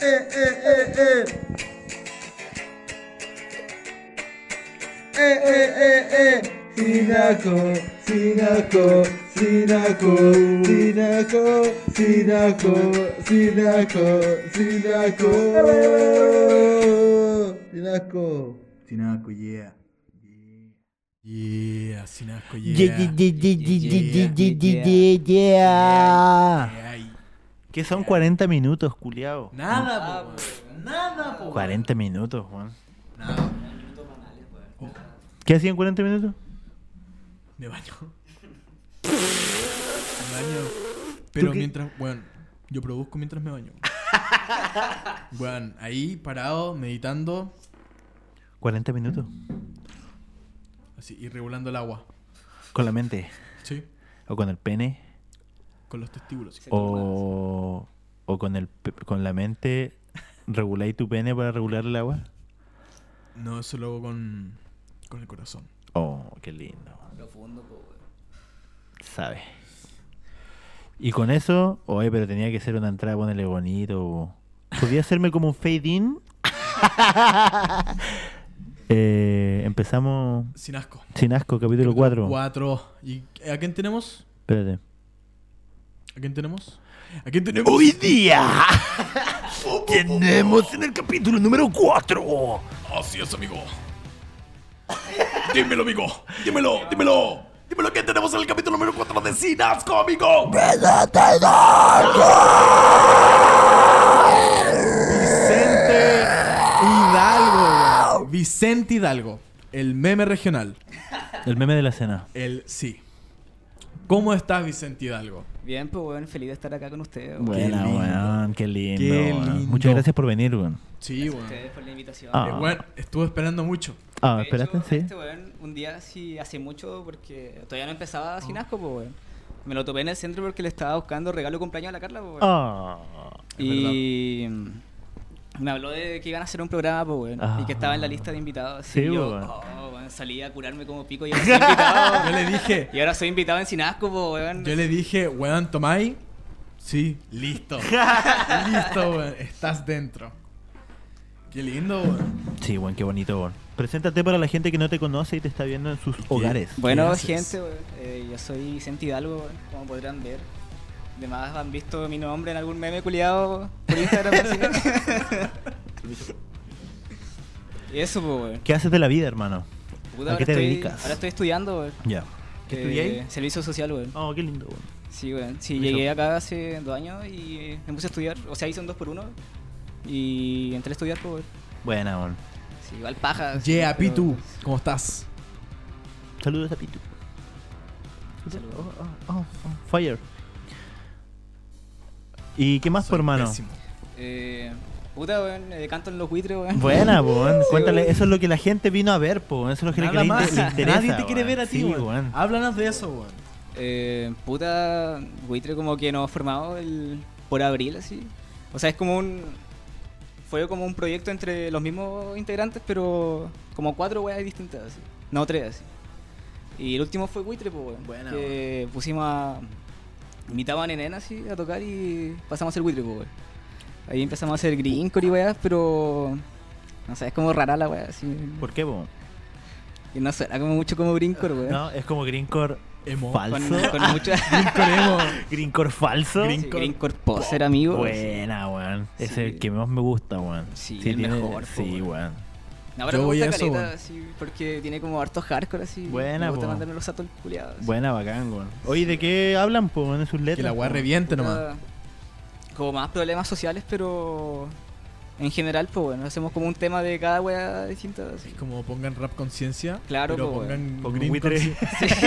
eh, eh, eh, eh. Eh, eh, eh, eh. Sinaco, Sinaco, Sinaco, Sinaco, Sinaco, Sinaco, Sinaco, Sinaco. Sinaco, yeah. Yeah, Sinaco, yeah. Que Ay, son 40 minutos, culiao. Nada, po, weón. Nada, po. 40 minutos, Juan. Nada. ¿Qué hacían 40 minutos? Me baño. Me baño. Pero qué? mientras, bueno, yo produzco mientras me baño. Bueno, ahí parado, meditando, 40 minutos. así, y regulando el agua. Con la mente. Sí, O con el pene. con los testículos. O, o con, el, pe- con la mente. ¿Reguláis tu pene para regular el agua? No, eso lo hago con, con el corazón. Oh, qué lindo. Profundo, po, weón. Sabe. Y con eso, oye, pero tenía que ser una entrada, ponerle bonito. o- Podía hacerme como un fade in. Eh, empezamos Sin asco. sin asco, capítulo 4. Cuatro. ¿Y a quién tenemos? Espérate. ¿A quién tenemos? ¿A quién tenemos? Hoy día tenemos en el capítulo número 4. Así es, amigo. Dímelo, amigo. Dímelo, dímelo. Dímelo que tenemos en el capítulo número 4 de Sin Asco, amigo. Vicente Hidalgo. güey. Vicente Hidalgo. El meme regional. El meme de la cena. El sí. ¿Cómo estás, Vicente Hidalgo? Bien, pues, weón. Feliz de estar acá con ustedes, weón. Buena, lindo. weón, qué lindo. Qué weón. lindo. Muchas gracias por venir, weón. Sí, bueno. Ustedes por la invitación. Ah, bueno, estuve esperando mucho. Ah, De hecho, espérate, sí. Este weón, un día sí, hace mucho, porque todavía no empezaba sin asco, po, weón. Me lo topé en el centro porque le estaba buscando regalo de cumpleaños a la Carla, po, weón. Ah. Y mm, me habló de que iban a hacer un programa, po, weón. Ah. Y que estaba en la lista de invitados. Sí, y yo, weón. oh, weón, salí a curarme como pico y ahora soy invitado. Yo le dije, Y ahora soy invitado en Sinasco, po, weón. Yo le dije, weón, Tomai. Sí, listo. listo, weón. Estás dentro. Qué lindo, weón. Sí, weón, qué bonito, weón. Preséntate para la gente que no te conoce y te está viendo en sus hogares. Bueno, haces? gente, weón, eh, yo soy Vicente Hidalgo, weón, como podrán ver. Además, han visto mi nombre en algún meme culiado por Instagram. así que- y eso, pues, weón. ¿Qué haces de la vida, hermano? Puta, ¿A ahora qué te estoy- dedicas? Ahora estoy estudiando, weón. Ya. ¿Qué Eh, estudiáis? Servicio social, weón. Oh, qué lindo, weón. Sí, weón. Sí, Permiso. llegué acá hace dos años y me puse a estudiar. O sea, hice un 2 por 1 y entré a estudiar, pues, weón. Buena, weón. Sí, igual paja. sí, Yeah, pero- Pitu, ¿cómo estás? Saludos a Pitu. Saludos. Oh, oh, oh, oh. Fire. ¿Y qué más, Soy por hermano? pésimo. Eh, puta, weón. eh, canto en los buitres, weón. Buena, weón. Cuéntale, weón. eso es lo que la gente vino a ver, po. Eso es lo que Nada le, más. le interesa. Nadie te quiere weón. ver a ti, Sí, weón. weón. Háblanos de eso, weón. Eh, puta, buitre como que nos formamos el, por abril, así. O sea, es como un... Fue como un proyecto entre los mismos integrantes, pero como cuatro weas distintas, así. No, tres, así. Y el último fue buitre, pues, weón, Buena, que pusimos a... Invitaban a nena, así, a tocar y pasamos a ser buitre, pues, weón. Ahí empezamos a hacer greencore y weas, pero... No sé, es como rara la wea, así. ¿Por qué, po? Y no suena como mucho como greencore, weón. No, es como Greencore Emo. falso. Con, con mucha... Greencore falso. Green- Sí, Cor- Green Corp Poser, amigo. Buena, weón. Es Sí. el que más me gusta, weón. Sí, el mejor, po, Sí, weón. weón. No, pero Yo me voy gusta a eso, caleta, weón. sí, porque tiene como harto hardcore así. Buena, Me gusta po. mandarme los atos culiados. Buena, bacán, weón. Oye, ¿de qué hablan, po, en sus letras? Que la weá po? reviente nomás. Puta, Como más problemas sociales, pero en general, pues bueno, hacemos como un tema de cada wea distinta. Así. Es como pongan rap conciencia. Claro, pero po, pongan Pongan green buitre. consci-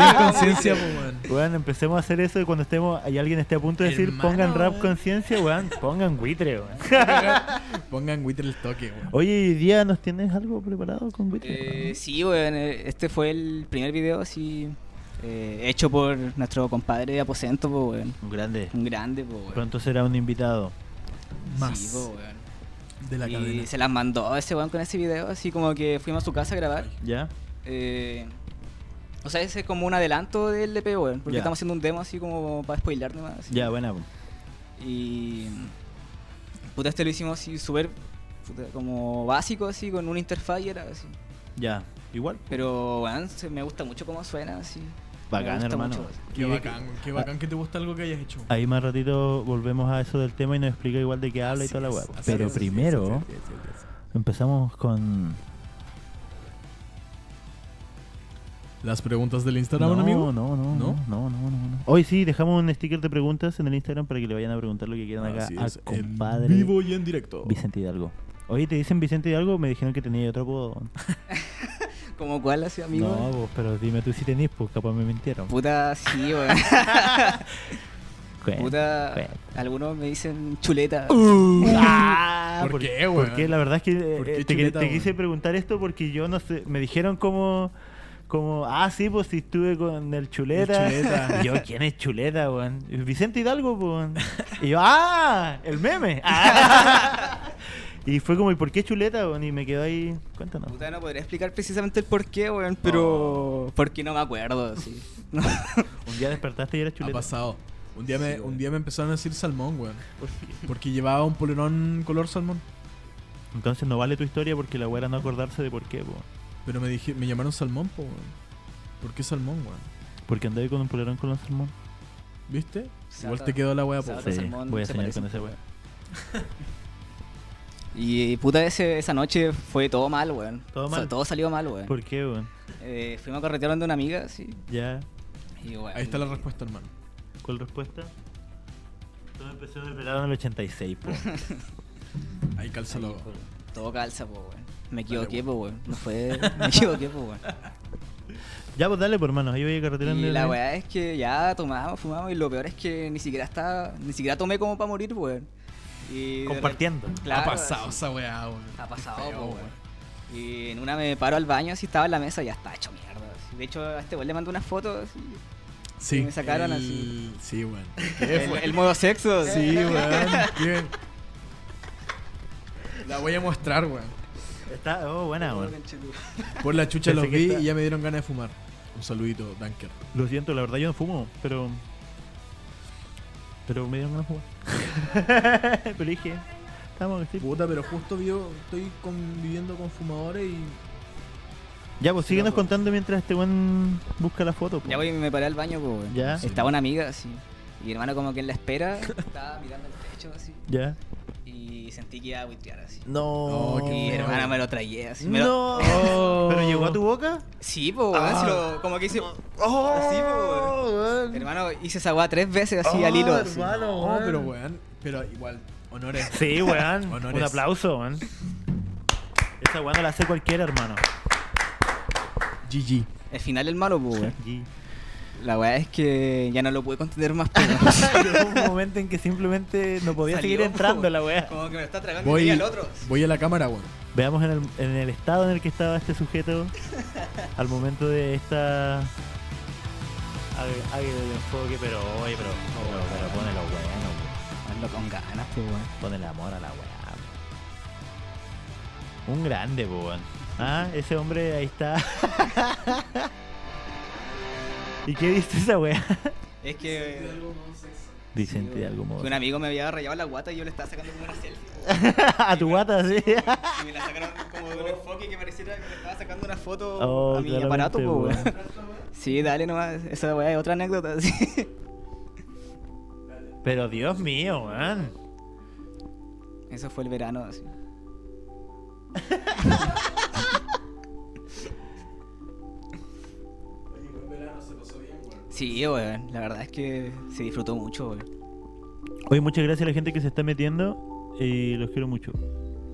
green conciencia, po, weón. Weón, empecemos a hacer eso y cuando estemos y alguien esté a punto de decir Hermano, pongan rap weón. conciencia, weón, pongan buitre, weón. Pongan buitre el toque, weón. Oye, ¿y hoy día nos tienes algo preparado con buitre? Eh, sí, weón, eh, este fue el primer video así eh, hecho por nuestro compadre de Aposento, pues weón. Un grande. Un grande, pues weón. Pronto será un invitado. Más Sí, po, weón. de la y cadena. se las mandó ese weón con ese video, así como que fuimos a su casa a grabar. ¿Ya? Eh, o sea, ese es como un adelanto del EP, weón, porque Ya. estamos haciendo un demo así como para spoilear nomás. así. Ya, buena. po. Y... Puta, este lo hicimos así súper puta, como básico, así, con una interfaz y era así. Ya, igual. Pero, weón, se- me gusta mucho cómo suena, así. Bacán, Me gusta hermano. weón. Qué Y- bacán, güey, qué bacán que te gusta algo que hayas hecho. Ahí más ratito volvemos a eso del tema y nos explica igual de qué habla y Así toda la es, web. así Pero es, así es, primero así es, así es, así empezamos con... es. Las preguntas del Instagram, no, amigo. No, no, no, ¿No? no, no, no, no. Hoy sí, dejamos un sticker de preguntas en el Instagram para que le vayan a preguntar lo que quieran acá Así a es, en compadre vivo y en directo. Vicente Hidalgo. Oye, ¿te dicen Vicente Hidalgo? Me dijeron que tenía otro apodo. Como cuál, así, amigo. No, vos, pero dime tú si tenés, pues capaz me mintieron. Puta, sí, weón. Cuenta, Puta, cuenta. Uh. algunos me dicen chuleta. Uh, Ah, ¿Por qué, weón? Porque la verdad es que eh, ¿Por qué te, chuleta, te weón? quise preguntar esto porque yo no sé, me dijeron como, como, ah, sí, pues si estuve con el chuleta. El Chuleta. Y yo, ¿quién es chuleta, weón? Vicente Hidalgo, po, weón. Y yo, ah, el meme. Ah. Y fue como, ¿y por qué chuleta, weón? Y me quedó ahí, cuéntanos. Puta, no podría explicar precisamente el por qué, weón, pero. Porque no me acuerdo, así. No. Un día despertaste y eras Ha chuleta. pasado. Un día, me, un día me empezaron a decir salmón, weón. Porque llevaba un polerón color salmón. Entonces no vale tu historia porque la weá era no acordarse de por qué, po. Pero me dije, me llamaron salmón, po, weón. ¿Por qué salmón, weón? Porque andaba con un polerón con los salmón. ¿Viste? Igual Sata. te quedó la wea, po. Sata. weón. Los salmón voy a se soñar parecen. con esa weá. Y puta, ese- esa noche fue todo mal, weón. Todo O sea, mal. todo salió mal, weón. ¿Por qué, weón? Eh, fuimos a carretear donde una amiga, sí. Ya. Y, weón, Ahí está la respuesta, hermano. ¿Cuál respuesta? Todo empezó en el verano del 86, po. Ahí calza lo. Todo calza, po, weón. Me equivoqué, po, weón. No fue. Me equivoqué, po, weón. ya, pues dale, por hermano. Ahí voy a carretera Y en la weá es que ya tomábamos, fumábamos y lo peor es que ni siquiera estaba, ni siquiera tomé como para morir, weón. Y de Compartiendo. repente- Claro, Ah, ha pasado así. esa weá, weón. Ha pasado, Feo, po, weón. Y en una me paro al baño, así estaba en la mesa y ya estaba hecho mierda. así. De hecho, a este weón le mandé unas fotos. así. Sí. Me sacaron el- así. Sí, weón. El, el modo sexo. Sí, weón. Bien. La voy a mostrar, weón. Está, oh, buena, weón. Puta, Por la chucha Pensé los que vi está- y ya me dieron ganas de fumar. Un saludito, Dunker. Lo siento, la verdad yo no fumo, pero. Pero me dieron ganas de jugar. pero dije, estamos sí. Puta, pero justo vio, estoy conviviendo con fumadores y. Ya, pues Sí, síguenos loco. contando mientras este weón busca la foto, po. Ya voy y me paré al baño, po, weón. Ya. Estaba una amiga, así. Y mi hermano como que en la espera estaba mirando el techo, así. Ya. Y sentí que iba a buitrear, así. No. qué Y feo. hermana me lo traía, así. me lo- No. Pero llegó a tu boca. Sí, po, weón, Ah. si lo- como que hice. Así, po, Oh, weón. weón. Hermano, hice esa weá tres veces así Oh, al hilo. así. hermano, No, weón. Oh, pero weón. Pero igual, honores. Sí, weón. Honores. Un aplauso, weón. Esa weón no la hace cualquiera, hermano. GG. El final el malo, po, weón. Y La weá es que ya no lo pude contener más, po, weón. Llegó un momento en que simplemente no podía Salió, seguir entrando po. la weá. Como que me lo está tragando y Voy, el otro. voy a la cámara, weón. Veamos en el, en el estado en el que estaba este sujeto al momento de esta. Águila de enfoque, pero oye, pero, pero, pero pone lo bueno, po. Hazlo con ganas, po, weón. pone el amor a la weá. po. Un grande, po, weón. Ah, ese hombre ahí está. ¿Y qué viste esa weá? Es que. Vicente de algún modo. Que un amigo me había rayado la guata y yo le estaba sacando como una selfie. a tu guata, sí. Y me la sacaron como de un enfoque que pareciera que me estaba sacando una foto Oh, a mi claramente, aparato, po, weón. weón. Sí, dale nomás. Esa weá es otra anécdota, sí. Pero Dios mío, man. Eso fue el verano, así. Sí, weón. La verdad es que se disfrutó mucho, weón. Oye, muchas gracias a la gente que se está metiendo y los quiero mucho.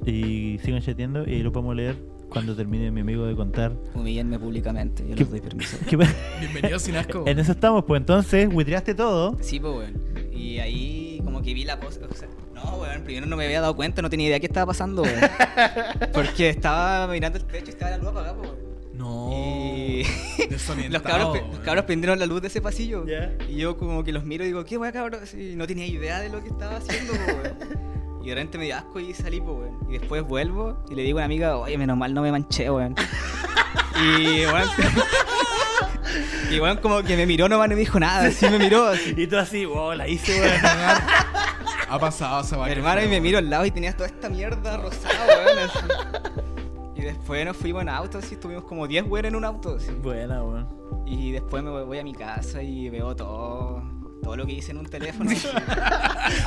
Y sigan chateando y ahí lo podemos leer cuando termine mi amigo de contar. Humíllenme públicamente, yo ¿Qué- les doy permiso. ¿Qué pa- Bienvenido sin asco. en eso estamos, pues entonces, huitreaste todo. Sí, pues, weón. Y ahí como que vi la cosa. o sea, no, weón, primero no me había dado cuenta, no tenía idea qué estaba pasando, weón. Porque estaba mirando el techo y estaba la luz apagada, pues, weón. No. Y los, Desorientado, cabros, pe- los Oh, weón. cabros prendieron la luz de ese pasillo. Ya. Y yo como que los miro y digo, ¿qué weón, cabros? Y no tenía idea de lo que estaba haciendo, po, weón. Y de repente me dio asco y salí, pues, weón. Y después vuelvo y le digo a una amiga, oye, menos mal no me manché, weón. y weón. Y weón como que me miró nomás, no me dijo nada, así me miró. así. Y tú así, wow, la hice, weón. Ha pasado esa Mi vaca. hermana y me miro al lado y tenías toda esta mierda rosada, weón. así. Y después nos fuimos en auto, así, estuvimos como 10 weón en un auto. así. Buena, weón. Y después me voy a mi casa y veo todo, todo lo que hice en un teléfono. así.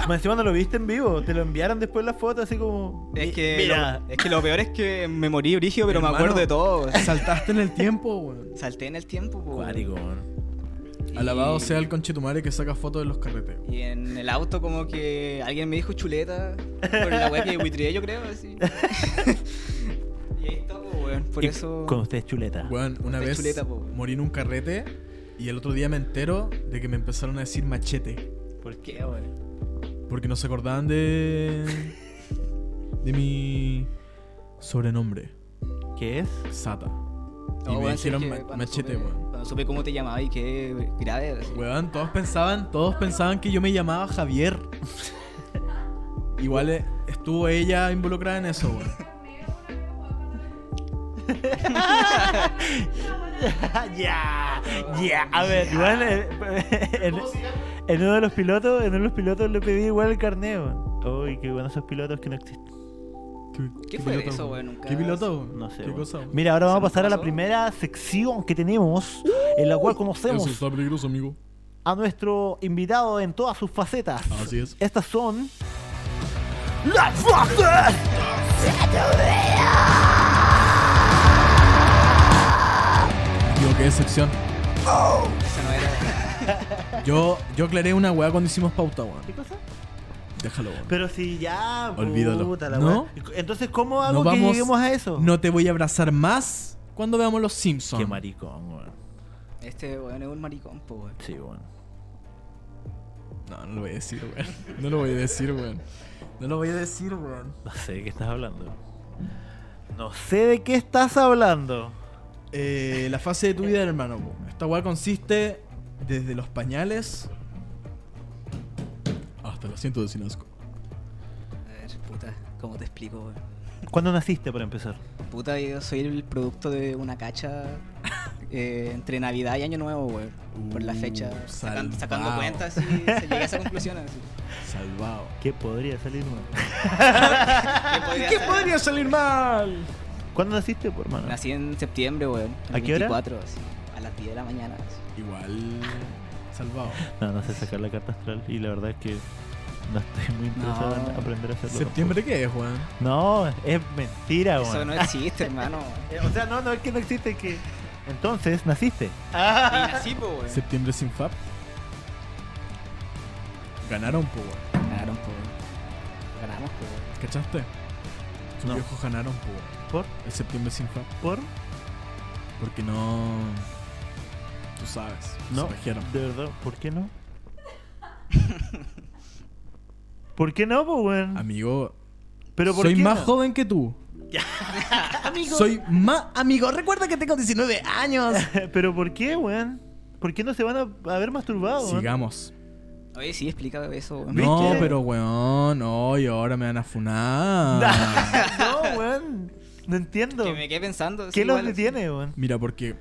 Más encima no lo viste en vivo, te lo enviaron después la foto así como... es, que Mira, lo, es que lo peor es que me morí brígido, pero me Hermano. acuerdo de todo. así. Saltaste en el tiempo, weón. Salté en el tiempo, po, weón. Cuático, weón. Y- Alabado sea el conchetumare que saca fotos de los carreteos. Y en el auto como que alguien me dijo chuleta por la weá que buitreé yo creo, así. y ahí está, po, weón. Por Y eso... Con usted es chuleta. Weón, una Está vez chuleta, po, weón. morí en un carrete y el otro día me entero de que me empezaron a decir machete. ¿Por qué, weón? Porque no se acordaban de. de mi sobrenombre, ¿Qué es? Sata. Y No, me Oh, weón, si es dijeron que ma- cuando machete, supe- weón. Cuando supe cómo te llamaba y qué grave, así. Weón, todos pensaban, todos pensaban que yo me llamaba Javier. Igual eh, estuvo ella involucrada en eso, weón. ya, ya. A ver, igual eh, en, en uno de los pilotos, en uno de los pilotos le pedí igual el carnet, weón. Uy, qué buenos esos pilotos que no existen. ¿Qué fue piloto, eso, weón? Nunca- ¿Qué piloto, weón? No sé. ¿Qué weón. cosa, weón? Mira, ahora vamos a Se nos pasar a la pasó. primera sección que tenemos, en la cual Uh, Eso conocemos está peligroso, amigo. a nuestro invitado en todas sus facetas. Así es. Estas son. ¡Las facetas! Digo, qué decepción. Esa no era... Yo, yo aclaré una weá cuando hicimos pauta, weón. ¿Qué cosa? Déjalo, weón. Pero si ya. Olvídalo. puta la ¿No? wea. Entonces, ¿cómo No hago que vamos- lleguemos a eso? No te voy a abrazar más cuando veamos los Simpsons. Qué maricón, weón. Este weón es un maricón, po, weón. Sí, weón. No, no lo voy a decir, weón. No lo voy a decir, weón. No lo voy a decir, weón. No sé de qué estás hablando. No sé de qué estás hablando. Eh, la fase de tu vida, hermano. po. Esta weá consiste desde los pañales hasta el asiento de Sinasco. A ver, puta, ¿cómo te explico, weón? ¿Cuándo naciste, para empezar? Puta, yo soy el producto de una cacha eh, entre Navidad y Año Nuevo, weón. Por la Uh, fecha. Sacan- salvao. sacando cuentas, sí, se llega a esa conclusión. Así. Salvado. ¿Qué podría salir mal? ¿Qué podría ¿Qué ser? podría salir mal? ¿Cuándo naciste, por hermano? Nací en septiembre, weón. el ¿A qué hora? 24, así, a las 10 de la mañana. así. Igual. Salvado. No, no sé sacar la carta astral y la verdad es que no estoy muy interesado No. en aprender a hacerlo. ¿Septiembre qué es, weón? tampoco. No, es mentira, Eso weón. no existe, hermano. Eh, O sea, no, no es que no existe, es que. Entonces, naciste. Y nací, po, weón. ¿Septiembre sin FAP? Ganaron, po, weón. Ganaron, po, weón. Ganamos, po, weón. ¿Cachaste? Sus No. viejos ganaron, po, weón. ¿Por? El septiembre sin FAP. ¿Por? Porque no. Tú sabes. No. Se regieron. De verdad, ¿por qué no? ¿Por qué no, pues, weón? Amigo, Pero ¿por soy qué más no? joven que tú. Soy más amigo. Recuerda que tengo 19 años. ¿Pero por qué, weón? ¿Por qué no se van a haber masturbado, weón? Sigamos. Oye, sí, explica eso, weón. No, ¿Viste? pero weón, no, y ahora me van a funar. No, weón. No entiendo. Que me quedé pensando. ¿Qué sí, los igual, así. detiene, weón? Mira, porque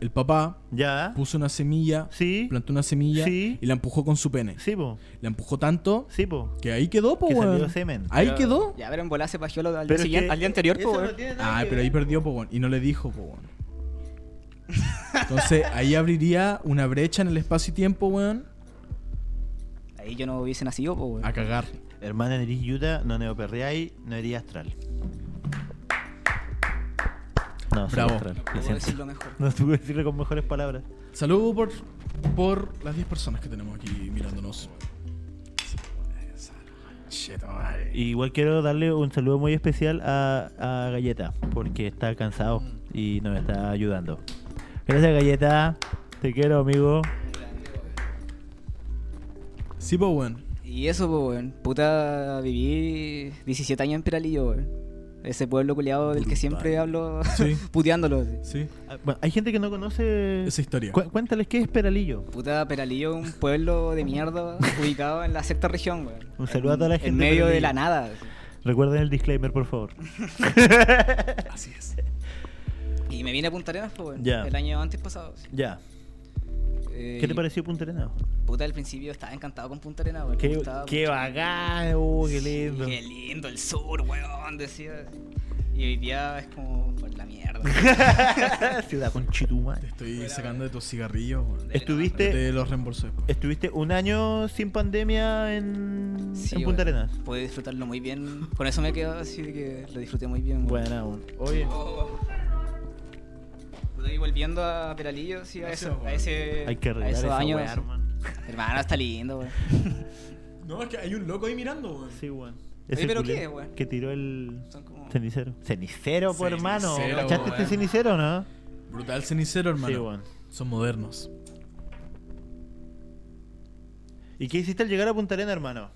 el papá Ya. puso una semilla, Sí. plantó una semilla Sí. y la empujó con su pene. Sí, po. La empujó tanto Sí, po. que ahí quedó, po, Que salió weón. Ah. semen. Ahí Pero- quedó. Ya, pero en bola se pajeó lo- al, Pero día es siguiente- que- al día anterior, po, weón. Ah, pero ahí perdió, po, weón. Y no le dijo, po, weón. Entonces ahí abriría una brecha en el espacio y tiempo, weón. Ahí yo no hubiese nacido, po, weón. A cagar. Hermana, no eres yuta, no neoperreáis, no eres astral. No, soy Bravo. astral. No Lo puedo siento. decirlo mejor. No tuve que decirlo con mejores palabras. Saludo por, por las 10 personas que tenemos aquí mirándonos. Cheto, madre. Igual quiero darle un saludo muy especial a, a Galleta, porque está cansado y nos está ayudando. Gracias, Galleta. Te quiero, amigo. Sí, po, weón. Y eso, po, weón. Puta, viví 17 años en Piralillo, weón. Ese pueblo culiado del que Brutal. siempre hablo Sí. puteándolo. así. Sí, Ah, bueno, hay gente que no conoce. esa historia. Cu- cuéntales qué es Peralillo. Puta, Peralillo es un pueblo de mierda ubicado en la sexta región, weón. Un saludo a toda la gente En de medio de Peralillo. la nada. así. Recuerden el disclaimer, por favor. Así es. Y me vine a Punta Arenas, po, weón. Ya. El año antes pasado. así. Ya. Eh, ¿Qué te y, pareció Punta Arenas? Puta, al principio estaba encantado con Punta Arena, weón. Qué, Estaba- qué bacán, uh, qué lindo. Qué lindo el sur, weón, decía. Y hoy día es como por la mierda. Ciudad con Chitumán. Te estoy sacando de tus cigarrillos, weón. Estuviste- Te los reembolso después. Estuviste un año sin pandemia en, Sí, en Punta weón. Arenas. Pude disfrutarlo muy bien. Con eso me quedo así de que lo disfruté muy bien. weón. Buena, weón. Oye, Oh. Puta, y volviendo a Peralillo, sí, a, Gracias, eso- a weón. ese. hay que a arreglar esos esa años. weá, hermano. Hermano, está lindo, weón. No, es que hay un loco ahí mirando, weón. Sí, weón. pero culero ¿qué, weón? Que tiró el Son como. cenicero. Cenicero, por hermano. Cenicero, ¿Cachaste este weón. cenicero, no? Brutal cenicero, hermano. Sí, weón. Son modernos. ¿Y qué hiciste al llegar a Punta Arenas, hermano?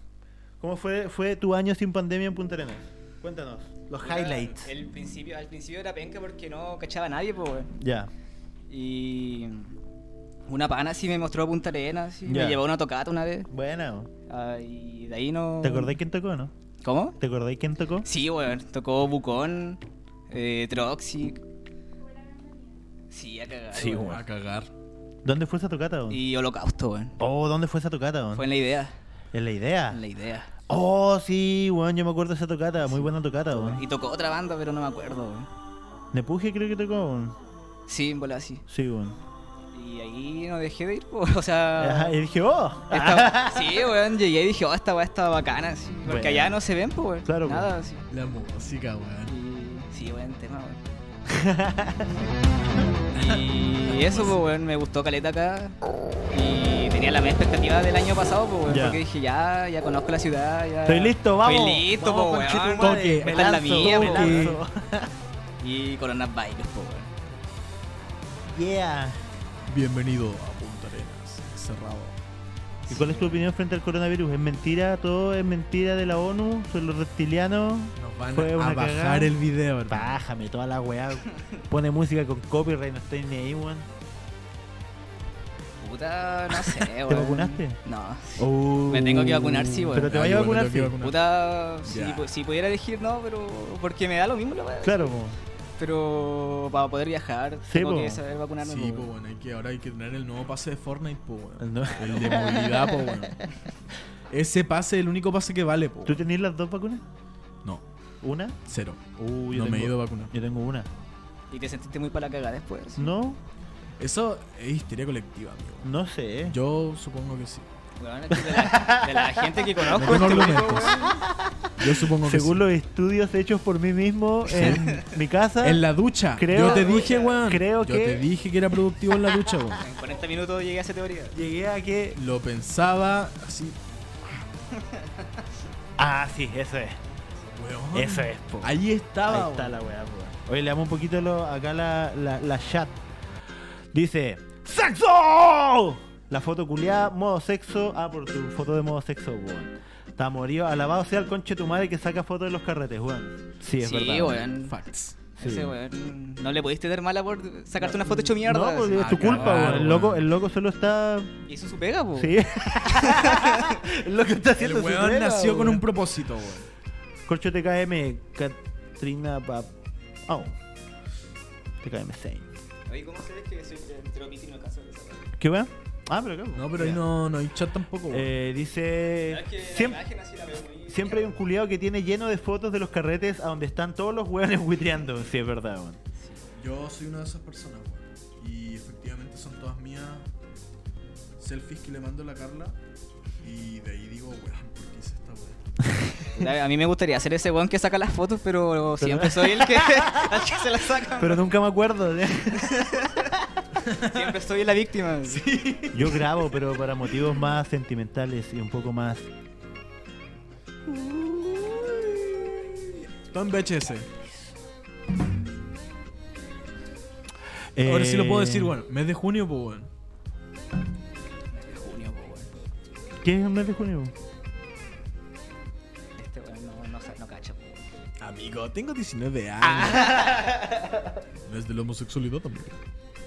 ¿Cómo fue, fue tu año sin pandemia en Punta Arenas? Cuéntanos. Los Puta, highlights. El principio, al principio era penca porque no cachaba a nadie, pues, weón. Ya. Y. Una pana sí me mostró Punta Arenas, sí, Ya. me llevó a una tocata una vez. Bueno. weón. Ah, y de ahí no. ¿Te acordás quién tocó, no? ¿Cómo? ¿Te acordás quién tocó? Sí, weón. Tocó Bucón, eh, Troxic. Sí, a cagar. Sí, weón. A cagar. ¿Dónde fue esa tocata, weón? Y Holocausto, weón. Oh, ¿dónde fue esa tocata, weón? Fue en la idea. En la idea. En la idea. Oh, sí, weón, yo me acuerdo de esa tocata, muy buena tocata, weón. Y tocó otra banda, pero no me acuerdo, weón. Nepuje creo que tocó, weón. Sí, en bola, sí. Sí, weón. Y ahí no dejé de ir, weón. O sea. Ajá, y dije, oh, esta- sí, weón. Llegué y dije, oh, esta weá está bacana, sí. Porque Bueno. allá no se ven, pues, weón. Claro, Nada, weón. sí. La música, weón. Y- Sí, buen tema, weón. y eso, pues, weón, me gustó Caleta acá. Y tenía la misma expectativa del año pasado, pues, weón, Ya. porque dije, ya, ya conozco la ciudad, ya. estoy listo, vamos. Estoy listo, Vamos, pues, weón. conchetumare, Toque, esta es la mía, me toque. lanzo. Y Corona Bikers, pues, weón. Yeah. Bienvenido a Punta Arenas. Cerrado. ¿Y cuál es tu opinión frente al coronavirus? ¿Es mentira? ¿Todo es mentira de la ONU? ¿Son los reptilianos? Nos van Fue una a bajar cagada. el video, hermano. Bájame toda la weá. Pone música con copyright, no estoy ni ahí, weón. Puta, no sé, weón. vacunaste? No. Oh. Me tengo que vacunar, sí, weón. Pero te Ah, vayas a yo me vacunar, tengo que sí. vacunar. Puta, si, Ya. pu- si pudiera elegir, no, pero. Porque me da lo mismo, la weón. Claro, weón. Pero para poder viajar, Sí, tengo po. que saber vacunarme. Sí, pues, pues weón. bueno, hay que, ahora hay que tener el nuevo pase de Fortnite, pues El bueno. nuevo- El de movilidad, pues bueno. Ese pase es el único pase que vale, pues. ¿Tú tenías las dos vacunas? No, ¿Una? cero. Uh, no me he ido a vacunar. Yo tengo una. Y te sentiste muy para la cagada después. No, Eso es histeria colectiva, amigo. no sé. Yo supongo que sí. Weón, es que de, la, de la gente que No conozco, tengo este weón, argumentos. Yo supongo que Según sí. los estudios hechos por mí mismo en mi casa, En la ducha. Creo- yo te dije, weón. creo yo que- te dije que era productivo en la ducha, weón. en 40 minutos llegué a esa teoría. llegué a que. Lo pensaba así, Ah, sí, eso es. weón. Eso es, po. Ahí Ahí estaba, está weón. la weá, po. Oye, le damos un poquito lo- acá la, la, la chat. Dice: ¡Sexo! La foto culiada, modo sexo. Ah, por tu foto de modo sexo, weón. Está morido. Alabado sea el conche tu madre que saca fotos de los carretes, weón. Sí, es verdad. weón. Facts. Sí. Ese weón. No le pudiste dar mala por sacarte una foto hecho mierda. No, porque así. es tu Ah, culpa, claro, weón. El weón. Oh. loco, el loco solo está Hizo su pega, po. Sí. lo que está El haciendo su weón pega, nació con weón. un propósito, weón. Corcho TKM, Katrina Pap. Oh. TKM Saint. Oye, ¿cómo se ve que soy entropista y no alcanzo a ver esa weá? ¿Qué weón? Ah, pero acá. No, pero ahí no, no hay chat tampoco, weón. Eh, dice. Es que la Siempre, imagen así la veo muy- siempre hay un culiado que tiene lleno de fotos de los carretes a donde están todos los weones huitreando. Sí, es verdad, weón. Yo soy una de esas personas, weón. Y efectivamente son todas mías selfies que le mando a la Carla. Y de ahí digo, weón, ¿por qué hice esta weón? A mí me gustaría ser ese weón que saca las fotos, pero siempre soy el que, al que se las saca. Pero nunca me acuerdo. de- Siempre soy la víctima. Sí. Yo grabo, pero para motivos más sentimentales y un poco más. Todo en VHS. Ahora sí lo puedo Eh, decir, bueno, mes de junio, pues weón. Junio, po, weón. ¿Qué es el mes de junio? Este weón no, no, sa- no cacha, po. Amigo, tengo 19 años. No es de la homosexualidad, amigo.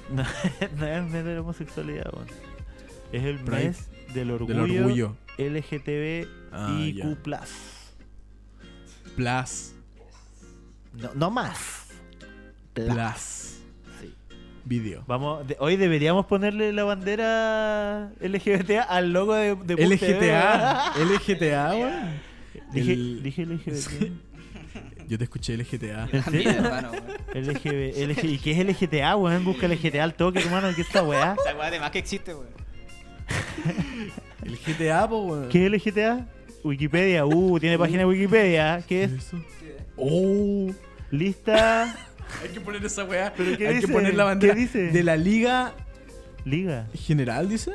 No, no es el mes de la homosexualidad, weón. Es el Pride. mes del orgullo, Del orgullo. LGTBIQ+. Ah, Plus. No, no más. Pla- Plus. sí. Video. Vamos, de- hoy deberíamos ponerle la bandera LGBTA al logo de, de Punta LGTA. Arenas. LGTA, weón. Dije, El- dije LGBT. Sí. Yo te escuché LGTA. ¿En También, serio? hermano, weón. LGB, LG, ¿Y qué es LGTA, weón? Busca LGTA al toque, hermano. ¿Qué es esta weá? Esa weá además que existe, weón. LGTA, po, weón. ¿Qué es LGTA? Wikipedia. Uh, tiene página de Wikipedia. ¿Qué es? eso? Oh. Lista. Hay que poner esa weá. ¿Pero qué Hay dice? que poner la ¿Qué bandera dice? de la Liga Liga. General, dice.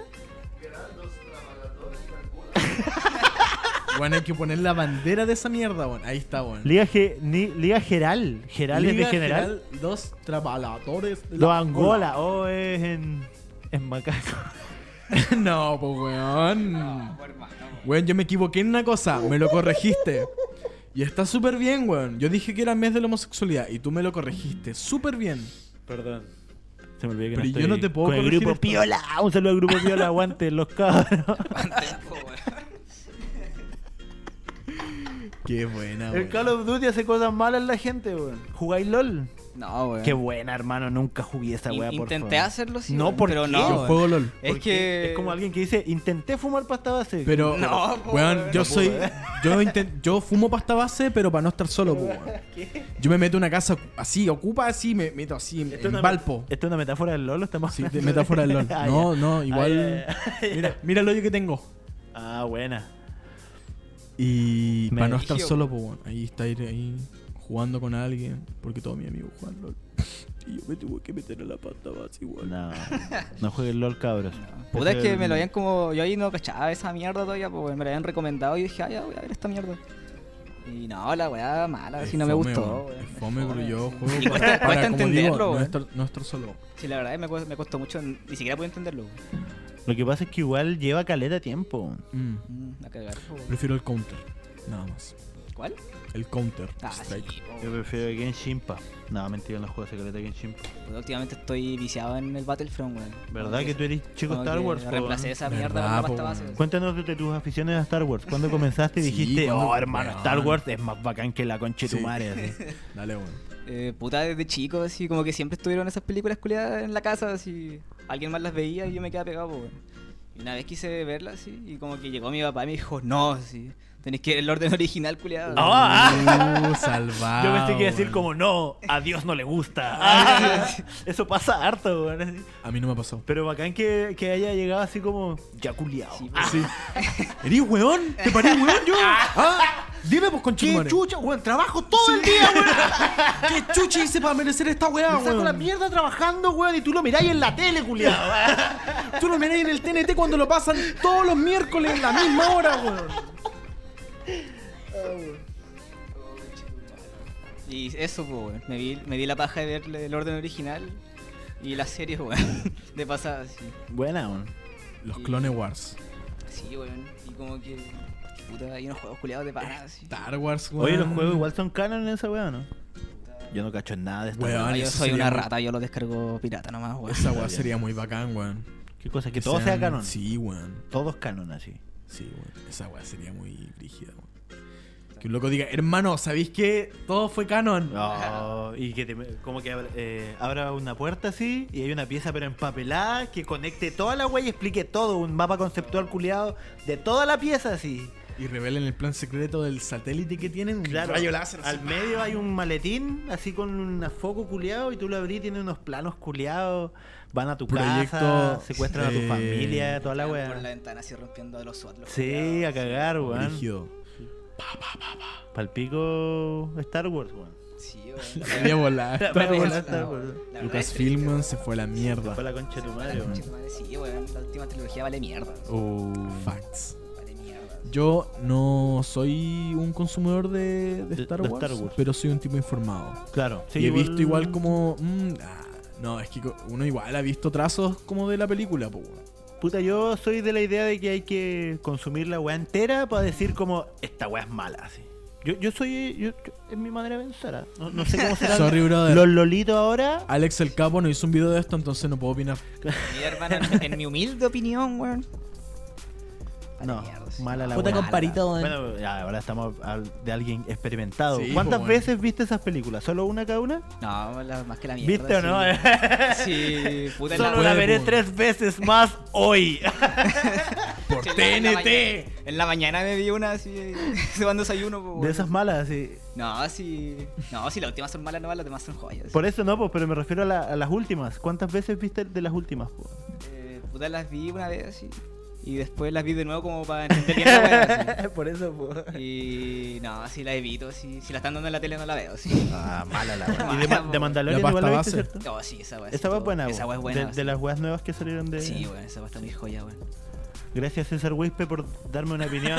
Bueno, hay que poner la bandera de esa mierda, weón. Ahí está, weón. Liga, Ge- ni- Liga Geral. Geral es de Liga general. Dos trabajadores. de Los la Angola. Oh, es en, en Macaco. no, pues, weón. No, hermano, weón. Weón, yo me equivoqué en una cosa, me lo corregiste. Y está súper bien, weón. Yo dije que era mes de la homosexualidad y tú me lo corregiste. Súper bien. Perdón. Se me olvidó que Pero no yo estoy no te puedo con el corregir grupo esto. Piola. Un saludo al grupo Piola. Aguanten los cabros. Mantengo, weón. Qué buena, El weón. Call of Duty hace cosas malas la gente, weón. ¿Jugáis LOL? No, weón. Qué buena, hermano. Nunca jugué esa In- weá, por Intenté favor. hacerlo, sí, No, eh. weón, ¿por pero qué? Yo no. weón. juego LOL. Es Porque que. Es como alguien que dice, intenté fumar pasta base. Pero, No, po, weón, yo no soy. puedo, eh. Yo, inten- yo fumo pasta base, pero para no estar solo, po, weón. Yo me meto en una casa así, ocupa así, me meto así, en, Esto es en una Valpo. met- Esto es una metáfora del LOL, ¿o estamos Sí, de hablando metáfora del LOL. Ah, No, ya. no, igual. Ah, ya, ya, ya. Mira, mira el hoyo que tengo. Ah, buena. Y Me para no estar dirigió. solo, pues bueno, ahí está ir ahí jugando con alguien, porque todos mis amigos juegan LOL. Y yo me tuve que meter en la pata base igual. No, no jueguen LOL, cabros. Puta, es que me lo habían habían como. Yo ahí no cachaba esa mierda todavía, pues weón, me la habían recomendado y dije, ah, ya voy a ver esta mierda. Y no, la weá mala, Es si Ah, no me fome, gustó. weón. weón, Es es fome, pero fome, yo sí. juego Y cuesta, para, cuesta como digo, entenderlo, no, weón. estar, no estar solo. Sí, la verdad es que me, cu- me costó mucho, ni siquiera pude entenderlo. weón. Lo que pasa es que igual lleva caleta tiempo. Mm, Mm, a cagar, po, weón. Prefiero el counter, nada más. ¿Cuál? El counter. Ah, Strike. sí, po, Yo weón. prefiero que en Shimpa. No, mentira, no juego hace caleta que en Shimpa. Puta, Pues, Últimamente estoy viciado en el Battlefront, weón. ¿Verdad que tú eres chico Como Star que Wars? po, Reemplacé weón? esa ¿Verdad, mierda con la po, pasta weón? base. weón. Cuéntanos de tus aficiones a Star Wars. ¿Cuándo comenzaste y Sí, dijiste, cuando- oh hermano, weón. Star Wars es más bacán que la concha de tu Sí. madre? así. Dale, bueno. Eh, puta, desde chico, así como que siempre estuvieron esas películas culiadas en la casa, así. Alguien más las veía y yo me quedaba pegado, po, weón. Y una vez quise verlas, así, y como que llegó mi papá y me dijo, no, así, tenés que ver el orden original, culiado. Ah, ah. Uh, salvado. Yo pensé que iba a decir weón. como, no, a Dios no le gusta. Ah, eso pasa harto, weón. así. A mí no me pasó. Pero bacán que, que haya llegado así como, ya culiao. Sí, Ah, Sí. ¿Eres weón? ¿Te paré weón yo? ¿Ah? Dime, pues, con ¿Qué chucha, weón? Trabajo todo el día, weón. ¿Qué chucha hice para merecer esta weá, Me saco la mierda trabajando, weón, y tú lo miráis en la tele, culiao. Tú lo mirás en el TNT cuando lo pasan todos los miércoles en la misma hora, weón. Y eso, po, weón. Me, vi- me di la paja de ver el orden original y las series, weón. De pasada, sí. Buena, weón. Los Clone Wars. Sí, weón. Y como que. Puta, hay unos juegos culiados de parada, sí. Star Wars, weón. Oye, los juegos igual son canon en esa weá, ¿no? Yo no cacho nada de esta Weón. weá. No, Ah, yo eso soy sería una muy- rata, yo lo descargo pirata nomás, weón. Esa weá sería muy bacán, weón. ¿Qué cosa? Que todo sea sean- canon. Sí, weón. Todos canon así. Sí, weón. Esa weá sería muy rígida, weón. Que un loco diga, hermano, ¿sabéis qué? Todo fue canon. Oh, y que te- como que abra, eh, abra una puerta así y hay una pieza pero empapelada que conecte toda la wea y explique todo, un mapa conceptual culiado de toda la pieza así. Y revelen el plan secreto del satélite que tienen. Un Claro, rayo láser. así. al medio hay un maletín así con un foco culiado y tú lo abrís, tiene unos planos culiados, van a tu Proyecto, casa, secuestran a tu eh, familia, toda la Por la wea. ventana así rompiendo a los SWAT. los Sí, culiados. a cagar, weón. Rígido. Palpico Star Wars, weón. Sí, weón. Quería volar. La Star wea Wars. de Star Wars. La verdad es triste, Lucasfilm weón, weón. se fue a la mierda. Fue la concha de tu madre, La weón. concha de tu madre, Sí, weón. La última trilogía vale mierda. Oh, facts. Vale mierda. Yo no soy un consumidor de, de De- Star, de Wars, Star Wars. pero soy un tipo informado. Claro. sí, y he visto igual como... mm, ah, no, es que co- uno igual ha visto trazos como de la película, po, weón. Puta, yo soy de la idea de que hay que consumir la weá entera para decir como, esta weá es mala, así. Yo, yo soy, yo, yo- es mi manera de pensar, ah. no, no sé cómo serán Sorry, brother. los lolitos ahora. Alex el Capo no hizo un video de esto, entonces no puedo opinar. Mi hermano, en, en mi humilde opinión, weón. Vale, No, mierda, sí. mala la Puta wea. comparita, weón. Bueno, ya, ahora estamos al- de alguien experimentado. Sí, ¿Cuántas pues, bueno. veces viste esas películas? ¿Solo una cada una? No, la- más que la mierda. ¿Viste o no? sí. Sí, puta Solo en la la, veré pues. tres veces más hoy. Por Sí, en la TNT. mañana- En la mañana me vi una así, tomando desayuno. po, De weón. esas malas, sí. No, si. No, si las últimas son malas, no, las demás son joyas. Por eso no, pues, pero me refiero a, la- a las últimas. ¿Cuántas veces viste de las últimas? po? Eh, puta, las vi una vez y, y después las vi de nuevo como para entender bien la wea, Por eso, pues. así. Y no, si las evito, si, si la están dando en la tele no la veo, sí. Ah, mala la wea. Mala, Y de, Ma- de po. Mandalorian La igual la pasta viste, base. ¿cierto? No, sí, esa wea. sí, Esa wea es todo. buena, Esa wea. wea es buena. De, de las weas nuevas que salieron de. Sí, weón, esa wea está muy joya, weón. Gracias César Wispe por darme una opinión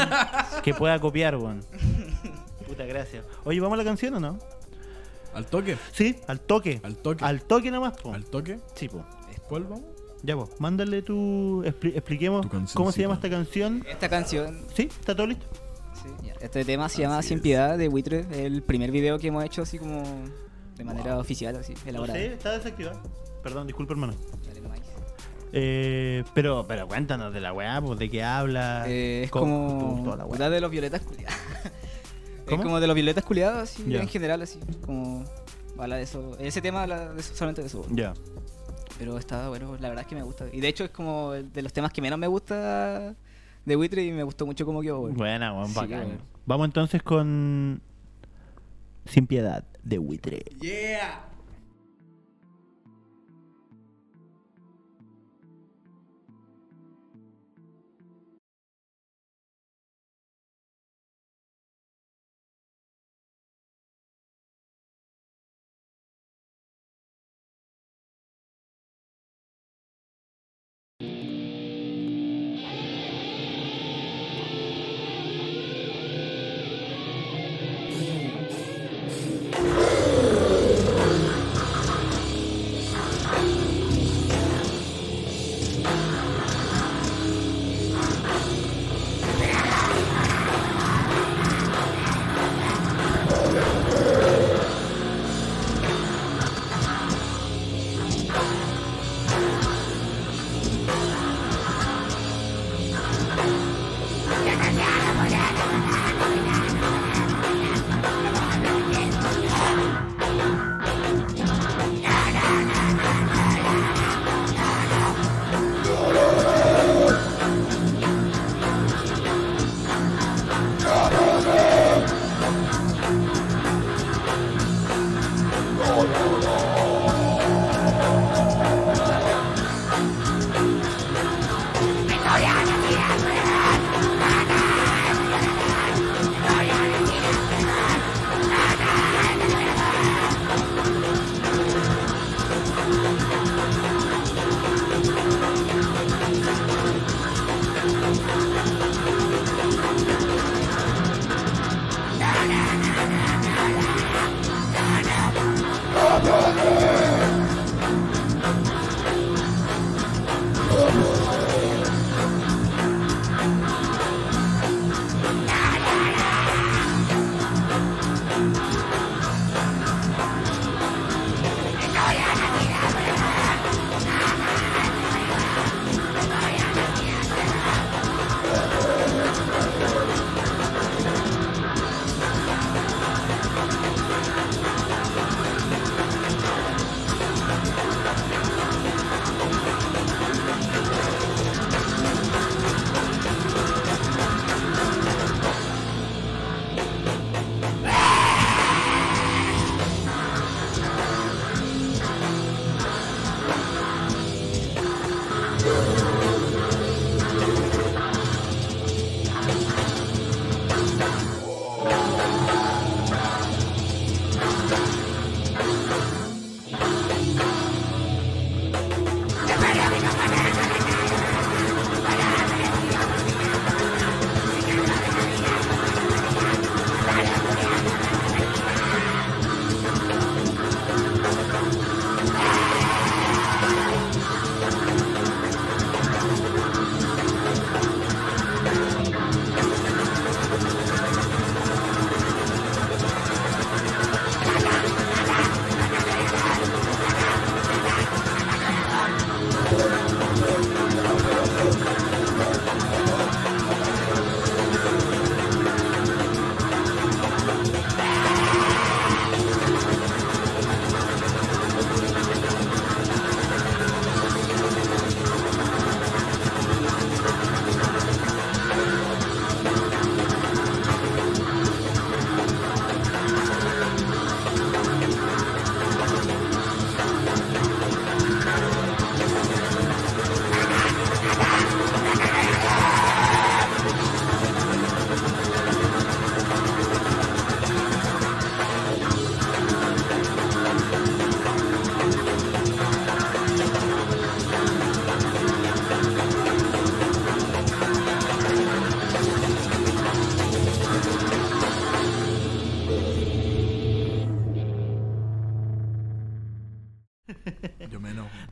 que pueda copiar, weón. Puta, gracias. Oye, ¿vamos a la canción o no? Al toque. Sí, al toque. Al toque. Al toque nomás, po. Al toque. Sí, po. ¿Cuál vamos? Ya, po. Mándale tu... expli- expliquemos Tu cómo se cancioncita. llama esta canción. Esta canción, Sí, está todo listo. sí, ya, este tema se llama Sin Piedad de Buitre. Es el primer video que hemos hecho así como de manera oficial, así, elaborada. Sí, está desactivada. Perdón, disculpa, hermano. Dale nomás. Eh, pero, pero cuéntanos de la weá, pues, de qué habla. Eh, es Co- como. toda la weá. puta de los violetas culiados. es ¿Cómo? como de los violetas culiados, así, Ya. en general, así. Como. Habla de eso. Ese tema habla de eso- solamente de eso. Ya. Pero está bueno, la verdad es que me gusta. Y de hecho es como el de los temas que menos me gusta de Buitre y me gustó mucho como quedó. güey. Buena, pues. weón, Sí, bacán. weón. Vamos entonces con... Sin piedad, de buitre. Yeah. Sin piedad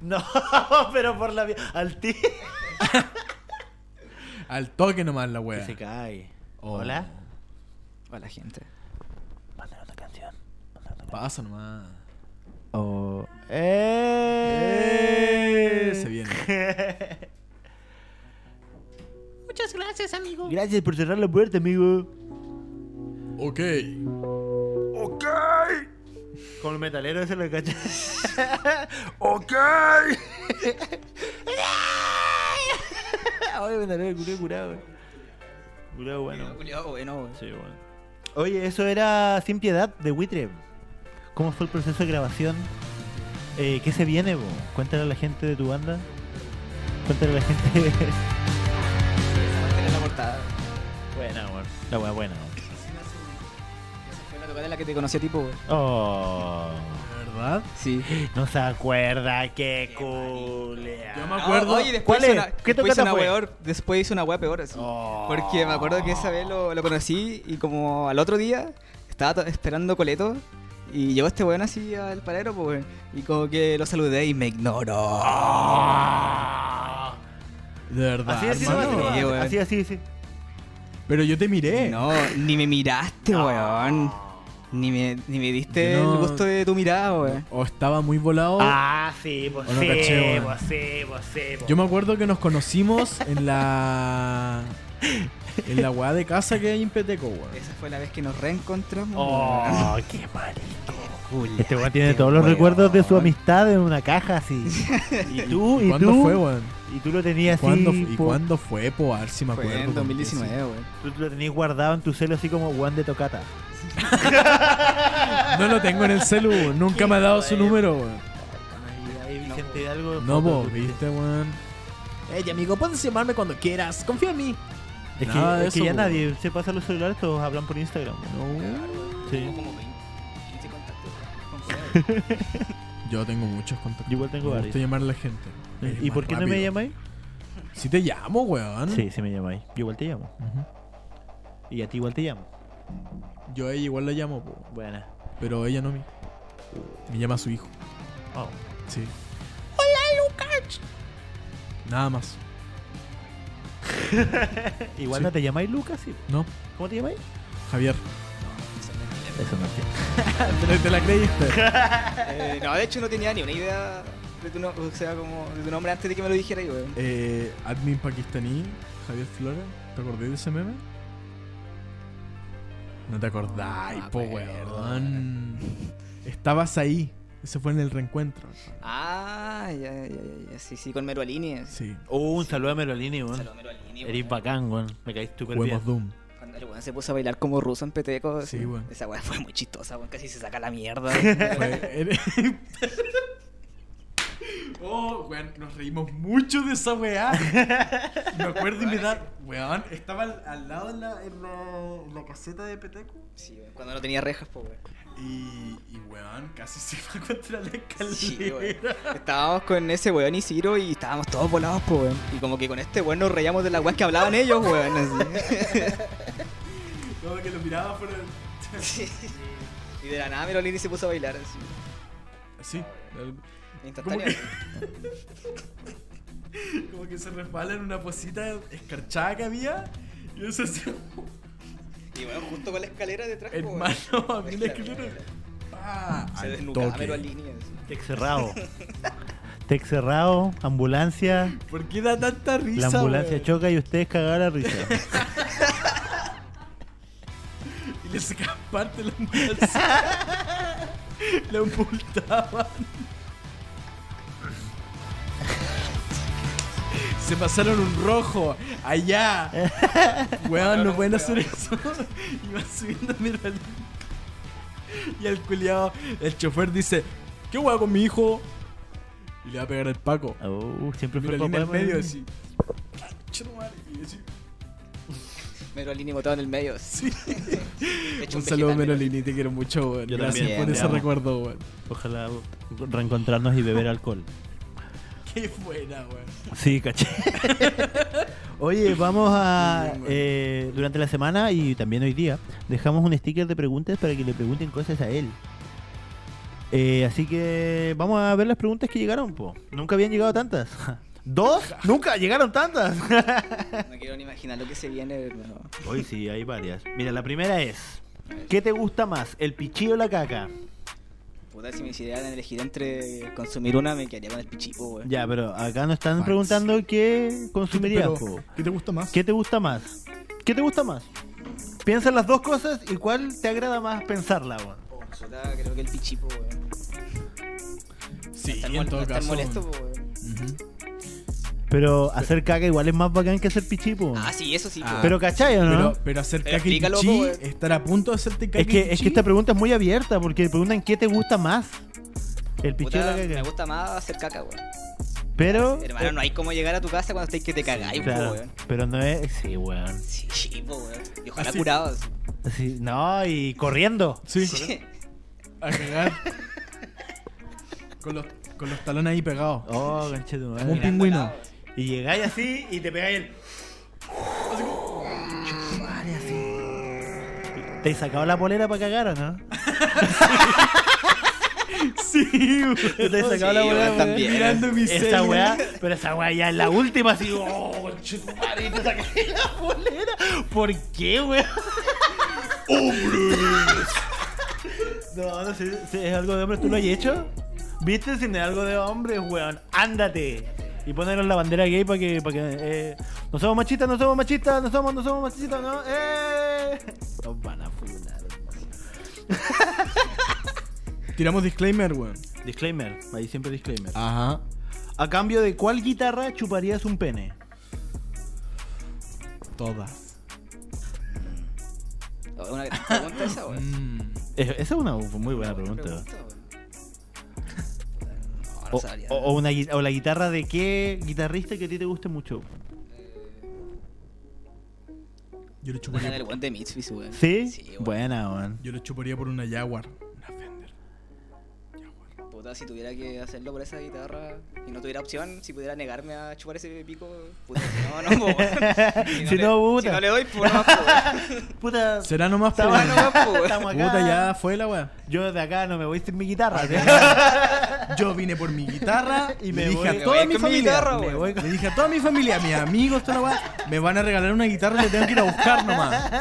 No, pero por la... vi- Al ti Al toque nomás la Que wea. se cae. Oh. Hola. Hola, gente. Mándale otra canción. Pasa nomás. Oh. ¡Eh! Eh, se viene. Muchas gracias, amigo. Gracias por cerrar la puerta, amigo. Ok. ¡Ok! Con el metalero ese lo cacha. ¡Ok! Oye, metalero, curado, curado. eh. Curado, bueno. Culeado, bueno, weón. Sí, bueno. Oye, eso era Sin Piedad de Buitre. ¿Cómo fue el proceso de grabación? Eh, ¿Qué se viene, bo? Cuéntale a la gente de tu banda. Cuéntale a la gente. Mantener la portada. buena, weón. La wea buena, weón. Esa fue la tocada en la que te conocí a tipo, weón. Oh. ¿De verdad? Sí. No se acuerda, qué culia. Yo me acuerdo. Ah, oye, después ¿Cuál hice es? una- ¿Qué después hice tocata una fue? wea or- después hice una wea peor así. Oh. Porque me acuerdo que esa vez lo, lo conocí y como al otro día estaba to- esperando coleto y llegó este weón así al parero, pues, weón, y como que lo saludé y me ignoró. De verdad. Así, así, hermano. así, nomás, así, weón. así, así, así. Pero yo te miré. No, ni me miraste, weón. Ni me, ni me diste Yo no- el gusto de tu mirada, weón. O Oh, estaba muy volado. Ah, sí, pues O no sí, caché, weón. pues sí, pues sí. pues. Yo me acuerdo que nos conocimos en la. En la weá de casa que hay en Peteco, weón. Esa fue la vez que nos reencontramos. weón. Oh, qué marico. Julia, Este weón tiene todos los weón. recuerdos de su amistad en una caja así. Y tú, y ¿Cuándo tú. fue, weón? Y tú lo tenías así. ¿Cuándo, ¿Y po- cuándo fue, po? A ver si me acuerdo. Fue en porque 2019, weón. Tú lo tenías guardado en tu celo así como Juan de Tocata. sí. No lo tengo en el celu, weón. Nunca me ha dado su Hijo de- número, weón. Ahí Vicente Hidalgo. foto No, po, tuya. viste, weón. Ey, amigo, puedes llamarme cuando quieras. Confía en mí. Es que, Nada de es que eso, ya po. nadie se pasa los celulares, todos hablan por Instagram. Oh. No. Sí. Como 20, 15 contactos, weón, con weón. Yo tengo muchos contactos. Yo igual tengo me varios. gusta llamar a la gente. Es ¿Y más por qué no me rápido. llamáis? Si te llamo, weón. Sí, sí me llamáis. Yo igual te llamo. Y a ti igual te llamo. Yo a ella igual la llamo, po. Buena. Pero ella no a mí. Me llama a su hijo. Oh. Sí. ¡Hola, Lucas! Nada más. Eh, Igual Sí. no te llamáis Lucas, sí. No, ¿Cómo te llamáis? Javier. Eso no sé. ¿Te, te la creíste? Eh, no, de hecho no tenía ni una idea de tu, no- o sea, como de tu nombre antes de que me lo dijeras, weón. eh, admin pakistaní, Javier Flora. ¿Te acordás de ese meme? No te acordáis, Ah, po, acuerdo. weón. Estabas ahí. Ese fue en el reencuentro. Ah, ya, ya, ya, ya, sí, sí, con Mero Alini. Sí. Sí. Uh, un saludo a Merolini, weón. Saludos a Mero Alini, Eres weón. bacán, weón. Me caíste súper bien. Huevos Doom. Cuando el weón se puso a bailar como ruso en Peteco. Sí, así. weón. Esa weón fue muy chistosa, weón. Casi se saca la mierda. Fue- oh, weón, nos reímos mucho de esa weá. Me acuerdo y me da. Weón, estaba al, al lado en la, en la- en la caseta de Peteco. sí, weón. Cuando no tenía rejas, pues, weón. Y, y weón, casi se va contra la escalera. Sí, weón. Estábamos con ese weón y Ciro y estábamos todos volados, pues, weón. Y como que con este weón nos reíamos de las weas que hablaban ellos, weón. así. Todo que lo miraba fuera. Sí. Y de la nada Mero Alini se puso a bailar así. Sí. Como Instantáneo. que, como que se resbala en una posita escarchada que había. Y eso se. Y bueno, junto con la escalera detrás, po, weón. Hermano, a mí la Es que la escalera. verdad. Ah, Se al desnucaba, toque. pero a líneas. Tec cerrado. Tec cerrado, ambulancia. ¿Por qué da tanta risa? La ambulancia weón? choca y ustedes cagaron la risa. Y le sacaban parte de la ambulancia. la ocultaban. Se pasaron un rojo. Allá. Weón, no pueden hacer eso. Iban subiendo a mi reloj. Y al culiado, el chofer dice: ¿Qué hueá con mi hijo? Y le va a pegar el Paco. Oh, siempre fue Mira, el en papá. el medio weón. así. "Chuta madre", Y así, Mero Alini botado en el medio. sí. Hecho Un vegetal, saludo, Mero Alini. Melolini, te quiero mucho, weón. Yo Gracias también, por te ese amo. recuerdo, weón. Ojalá reencontrarnos y beber alcohol. Qué buena, weón. Sí, caché. Oye, vamos a. Muy bien, weón. eh, durante la semana y también hoy día, dejamos un sticker de preguntas para que le pregunten cosas a él. Eh, así que vamos a ver las preguntas que llegaron, po. Nunca habían llegado tantas. ¿Dos? Nunca llegaron tantas. No quiero ni imaginar lo que se viene, hermano. Hoy sí, hay varias. Mira, la primera es: ¿Qué te gusta más, el pichí o la caca? Puta, si me hicieran elegir entre consumir una, me quedaría con el pichipo, weón. Ya, pero acá nos están Facts. preguntando qué consumirías, Pero, po. ¿Qué te gusta más? ¿Qué te gusta más? ¿Qué te gusta más? Piensa en las dos cosas y cuál te agrada más pensarla, weón. Oh, puta, creo que el pichipo, weón. Sí, Estar en mol- todo estar caso. molesto, weón. weón. Ujú. Pero hacer caca igual es más bacán que hacer pichí, po. Ah, sí, eso sí, Ah, po. Pero cachai, ¿o no? Pero, pero hacer Pero caca y explícalo, pichí, po, weón. estar a punto de hacerte caca Es que, y es pichí. que esta pregunta es muy abierta porque preguntan qué te gusta más. El pichí o Puta, la me caca. gusta más hacer caca, weón. Pero. Oh. Hermano, no hay cómo llegar a tu casa cuando estés que te cagáis, po, Claro, weón. pero no es. Sí, weón. Sí, sí, po, weón. Y ojalá Así- curados. Sí, no, y corriendo. Sí, a cagar. con, los, con los talones ahí pegados. Oh, conche tu Como un madre. pingüino. Y llegáis así y te pegáis el. Vale, así. ¿Te sacaba la polera para cagar o no? Sí, ¿Te weón. sacaba la Sí, polera? weón, para- también. ¿eh? Mirando mi Esa cel. weá, pero esa weá ya es la última, así, oh, conche tu madre, y te sacáis la polera. ¿Por qué, weón? ¡Hombres! No, no sé, si es algo de hombres, ¿tú lo has hecho? ¿Viste? Si no es algo de hombres, weón, ándate. Y ponernos la bandera gay para que. Pa que eh, no somos machistas, no somos machistas, no somos, no somos machistas, no. ¡Eh! Nos van a funar. Tiramos disclaimer, weón. Disclaimer, ahí siempre disclaimer. Ajá. ¿A cambio de cuál guitarra chuparías un pene? Todas. Oh, Una gran pregunta esa, weón. Mm. Es- Esa es una muy buena Buena pregunta. weón. Oh, No, no O, sabría. o- o una, gui- o la guitarra de qué guitarrista que a ti te guste mucho. Yo le Bueno, el chuparía, weón de Mitsubishi, weón. ¿Sí? Sí, weón. Buena, weón. yo le chuparía por una Jaguar. Una Fender. Jaguar. Puta, si tuviera que hacerlo por esa guitarra y no tuviera opción, si pudiera negarme a chupar ese pico, puta, si no, no, po, weón. Si no, le- puta. Si no le doy, pues no, po, weón. Puta, Será nomás por Bueno, una- no, po, weón. estamos acá. Puta, ya fue la weá. Yo de acá no me voy sin mi guitarra. Yo vine por mi guitarra y Y me me dije voy- a me toda voy mi con mi familia. guitarra, me weón. voy con- le dije a toda mi familia, a mis amigos, toda la weá. Me van a regalar una guitarra y tengo que ir a buscar nomás.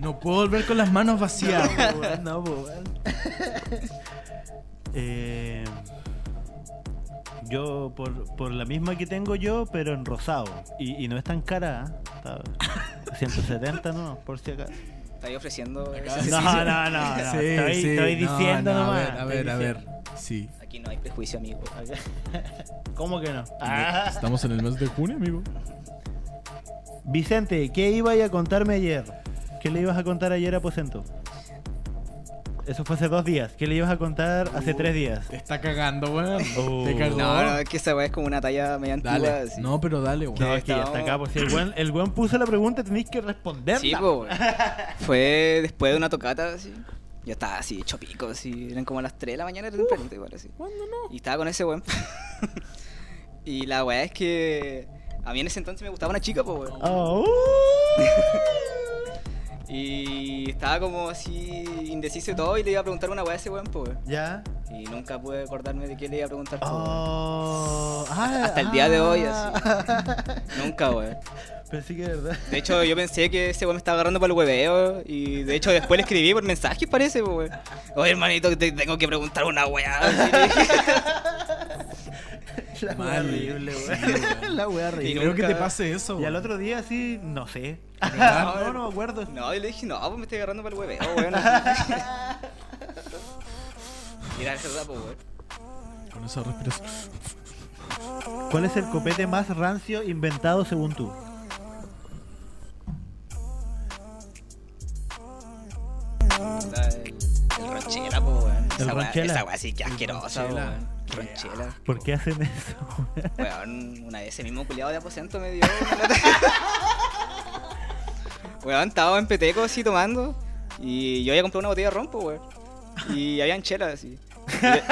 No puedo volver con las manos vacías. No, weón, no, po, weón. Eh, yo, por, por la misma que tengo yo, pero en rosado. Y, y no es tan cara, ¿eh? Está- 170, no, por si acaso. Estáis ofreciendo. ese No, servicio. no, no, no. Sí, Ah, estoy, sí, estoy no, diciendo no, nomás. A estoy ver, a ver, a diciendo. ver. Sí. Aquí no hay prejuicio, amigo. ¿Cómo que no? Ah. Estamos en el mes de junio, amigo. Vicente, ¿qué ibas a contarme ayer? ¿Qué le ibas a contar ayer a Pocento? Eso fue hace dos días. ¿Qué le ibas a contar Uh. hace tres días? Te está cagando, weón. Oh. Te cagó. No, no, es que esa weá es como una talla medio antigua. Dale. así. No, pero dale, weón. No, es que ya está acá. Pues si el buen, el buen puso la pregunta, tenéis que responderla. Sí, po, weón. Fue después de una tocata, así. Yo estaba así, hecho pico, así. Eran como las 3 de la mañana, era tempranito igual, así. Y estaba con ese weón. y la weá es que. A mí en ese entonces me gustaba una chica, po, weón. Oh, Y estaba como así, indeciso y todo, y le iba a preguntar una weá a ese weón, po, weón. ¿Ya? Y nunca pude acordarme de qué le iba a preguntar, po, Ah. weón. Oh, ah, Hasta el día de hoy, ah. Nunca, weón. Pensé que de verdad. De hecho, yo pensé que ese weón me estaba agarrando para el hueveo. Y de hecho, después le escribí por mensajes, parece, po, weón. Oye, hermanito, te tengo que preguntar una weá. así le dije. La wea Mal. horrible, Sí, weón. weón. La wea horrible. Y Creo que te nunca- pase eso, Y al weón. otro día sí, no sé. ¿Verdad? no, no me acuerdo. No, y le dije, no, pues me estoy agarrando para el hueveo, weón. Mira, es verdad, po, weón. Con eso respiras. ¿Cuál es el copete más rancio inventado según tú? Puta, El, el ranchela, po, weón. Esa weá- ranchela. Esa weá sí que asquerosa, po, ranchela. weón. Ranchela. ¿Por qué hacen eso? Weón, una vez ese mismo culiado de aposento me dio. una lata. weón, estaba en Peteco así tomando. Y yo había comprado una botella de rompo, weón. Y habían chelas así. Y de,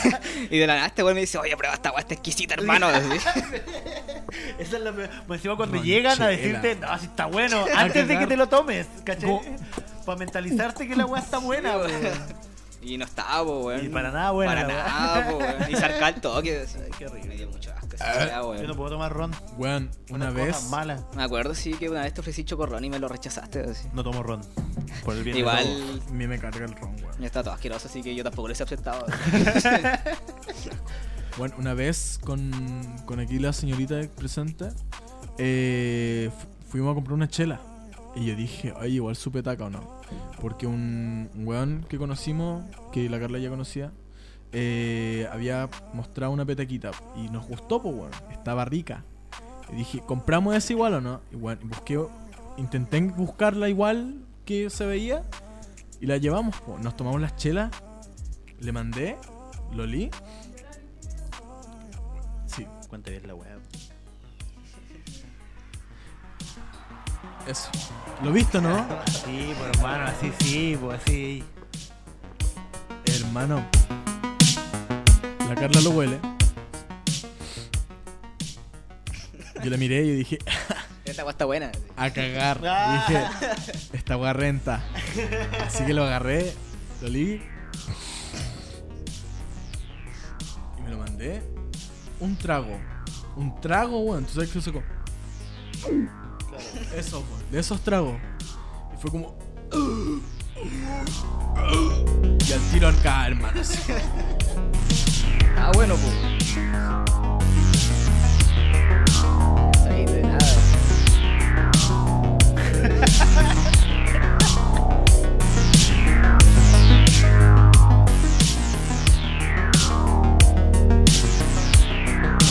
y de la nada este weón me dice, oye, prueba esta weá, está exquisita, hermano. así. Esa es la peor. Pues encima cuando Ranchera. llegan a decirte, no, si está bueno, antes de que te lo tomes, ¿cachai? Para mentalizarte que la weá está buena, weón. Y no estaba, po, weón. Y para nada buena Para la weá. nada, po, weón. Y zarcaba el toque. Así. qué horrible. Me dio mucho asco esa weá, Yo no weón. puedo tomar ron. Weón, una Unas cosas vez. malas. Me acuerdo, sí, que una vez te ofrecí chocorrón y me lo rechazaste. Así. No tomo ron. Por el bien de todos. Igual, A mí me carga el ron, weón. ya está todo asqueroso, así que yo tampoco lo he aceptado. Bueno, una vez con, con aquí la señorita presente, eh, fu- fuimos a comprar una chela. Y yo dije, ay, igual supe taca o no. Porque un un weón que conocimos, que la Carla ya conocía, eh, había mostrado una petaquita. Y nos gustó, pues, weón. Estaba rica. Y dije, ¿compramos esa igual o no? Y weón, busqué, intenté buscarla igual que se veía. Y la llevamos, po. Nos tomamos las chelas. Le mandé, lo li. Sí, Cuenta bien la weá. Eso. ¿Lo visto, no? Sí, pues hermano, así sí, pues así. Hermano. La Carla lo huele. Yo la miré y dije, Esta agua está buena. a cagar. Ah. Y dije, esta weá renta. Así que lo agarré, lo li. Y me lo mandé. Un trago. Un trago, weón. ¿Tú sabes que eso como- Eso, weón. De esos tragos. Y fue como. Y al tiro acá, hermano. así. Ah, bueno, pues. Ahí de nada. Ah,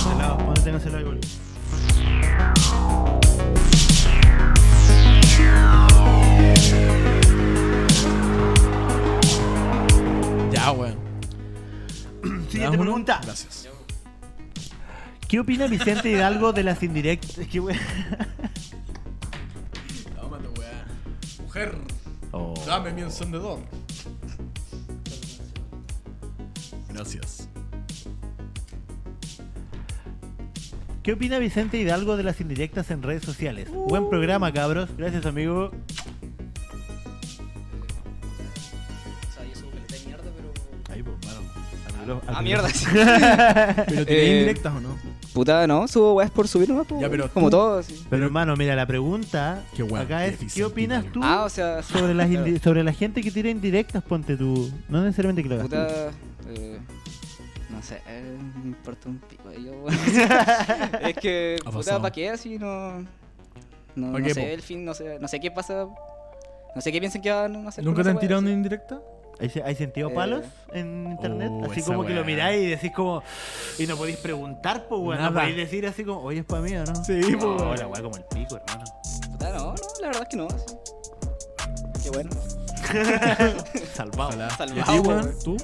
Cancelado, ponte cancelado igual. Ya, weón. Siguiente ¿Me das uno? pregunta. Gracias. ¿Qué opina Vicente Hidalgo de las indirectas? Qué wea. Tómate, weón. Mujer, Oh. dame mi encendedor. Gracias. ¿Qué opina Vicente Hidalgo de las indirectas en redes sociales? Buen Uh. programa, cabros. Gracias, amigo. O sea, yo subo pelota de mierda, pero. Ahí, pues, mano. Ah, mierda. sí. ¿Pero tiré Eh, indirectas o no? Puta, no, subo weas por subir nomás, po, Ya, pero Como tú- todos. sí. Pero hermano, mira, la pregunta Qué guay, acá qué es, ¿qué Vicente opinas Hidalgo. tú Ah, o sea. sobre, las claro. indi- sobre la gente que tira indirectas? Ponte tú. No necesariamente que lo hagas tú. Puta, eh, no sé, eh, me importa un pico yo, weón. Es que, Ha puta, pasado. ¿para qué así? No, no, ¿Pa' no qué, sé po? el fin, no sé, no sé qué pasa. No sé qué piensan que van a hacer. ¿Nunca te han tirado un una indirecta? ¿Hay, se- hay sentido Eh. palos en internet? Oh, así esa como que lo weá. miráis y decís como... Y no podéis preguntar, pues, weón. No Nada. podéis decir así como, oye, es para mí, ¿o no? Sí, pues. po, weón. la weá como el pico, hermano. Puta, no, no, la verdad es que no. así. Qué bueno. Salvado. ¿Y a Salvado, ti, po, weón? weón. ¿Tú?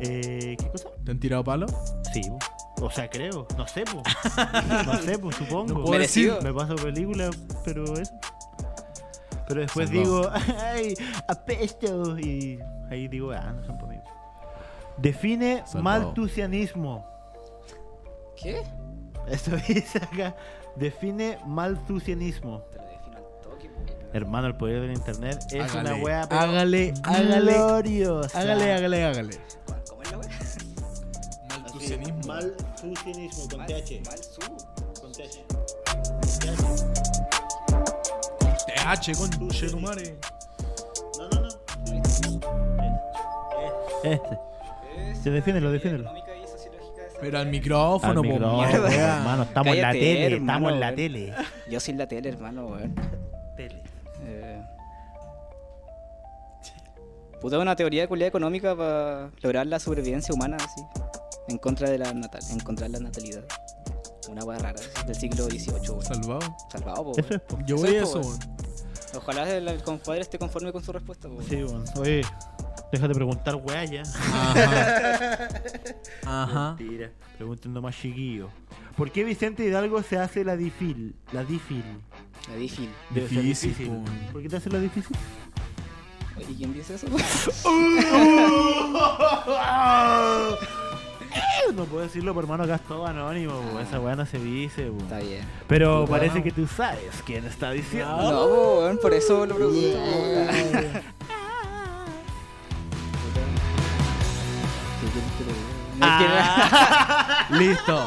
Eh, ¿Qué cosa? ¿Te han tirado palo? Sí, po. O sea, creo. No sé, pues. No sé, pues, supongo. No puedo Merecido. Me paso película, pero eso. Pero después digo, Salvado. ay, apesto. Y ahí digo, ah, no son para mí. Define Salvado. maltusianismo. ¿Qué? Eso dice acá. Define maltusianismo. Te lo defino al toque, po. Hermano, el poder del internet es Hágale, una wea pero Hágale, hágale. gloriosa. Hágale, hágale, hágale. ¿Cuál- ¿Cómo es la wea? Maltusianismo. Maltusianismo con Mal, TH. mal su. Con TH. TH, conche, tu madre. No, no, no. Este. Es Se defiende, lo defiende. económica y sociológica de esa Pero wea. al micrófono, Al po, Ah, micrófono, mierda. hermano, estamos en la Cállate, tele, hermano, estamos en la weón. tele. Yo soy la tele, hermano, weón. Eh, Puta, una teoría de cualidad económica para lograr la supervivencia humana, así. En contra de la natal, en contra de la natalidad. Una hueá rara, así, del siglo XVIII, weón. Salvado. Salvado, po, Eso es. weón. po. Yo Eso voy a es, eso, po, weón. Ojalá el, el compadre esté conforme con su respuesta, po, weón. Sí, weón. Oye, déjate preguntar, weá, ya. Ajá. Ajá. Mentira. Preguntando más chiquillo. ¿Por qué Vicente Hidalgo se hace la difil? La difil. La difícil. Debe ser Difícil, po, weón. ¿Por qué te hace la difícil? Oye, ¿Y quién dice eso? No puedo decirlo, por hermano, acá es todo anónimo, po. Esa weá no se dice, po. Está bien. Pero Puta, parece no. que tú sabes quién está diciendo. No, po, weón, por eso lo pregunto. weón. Ah. Listo.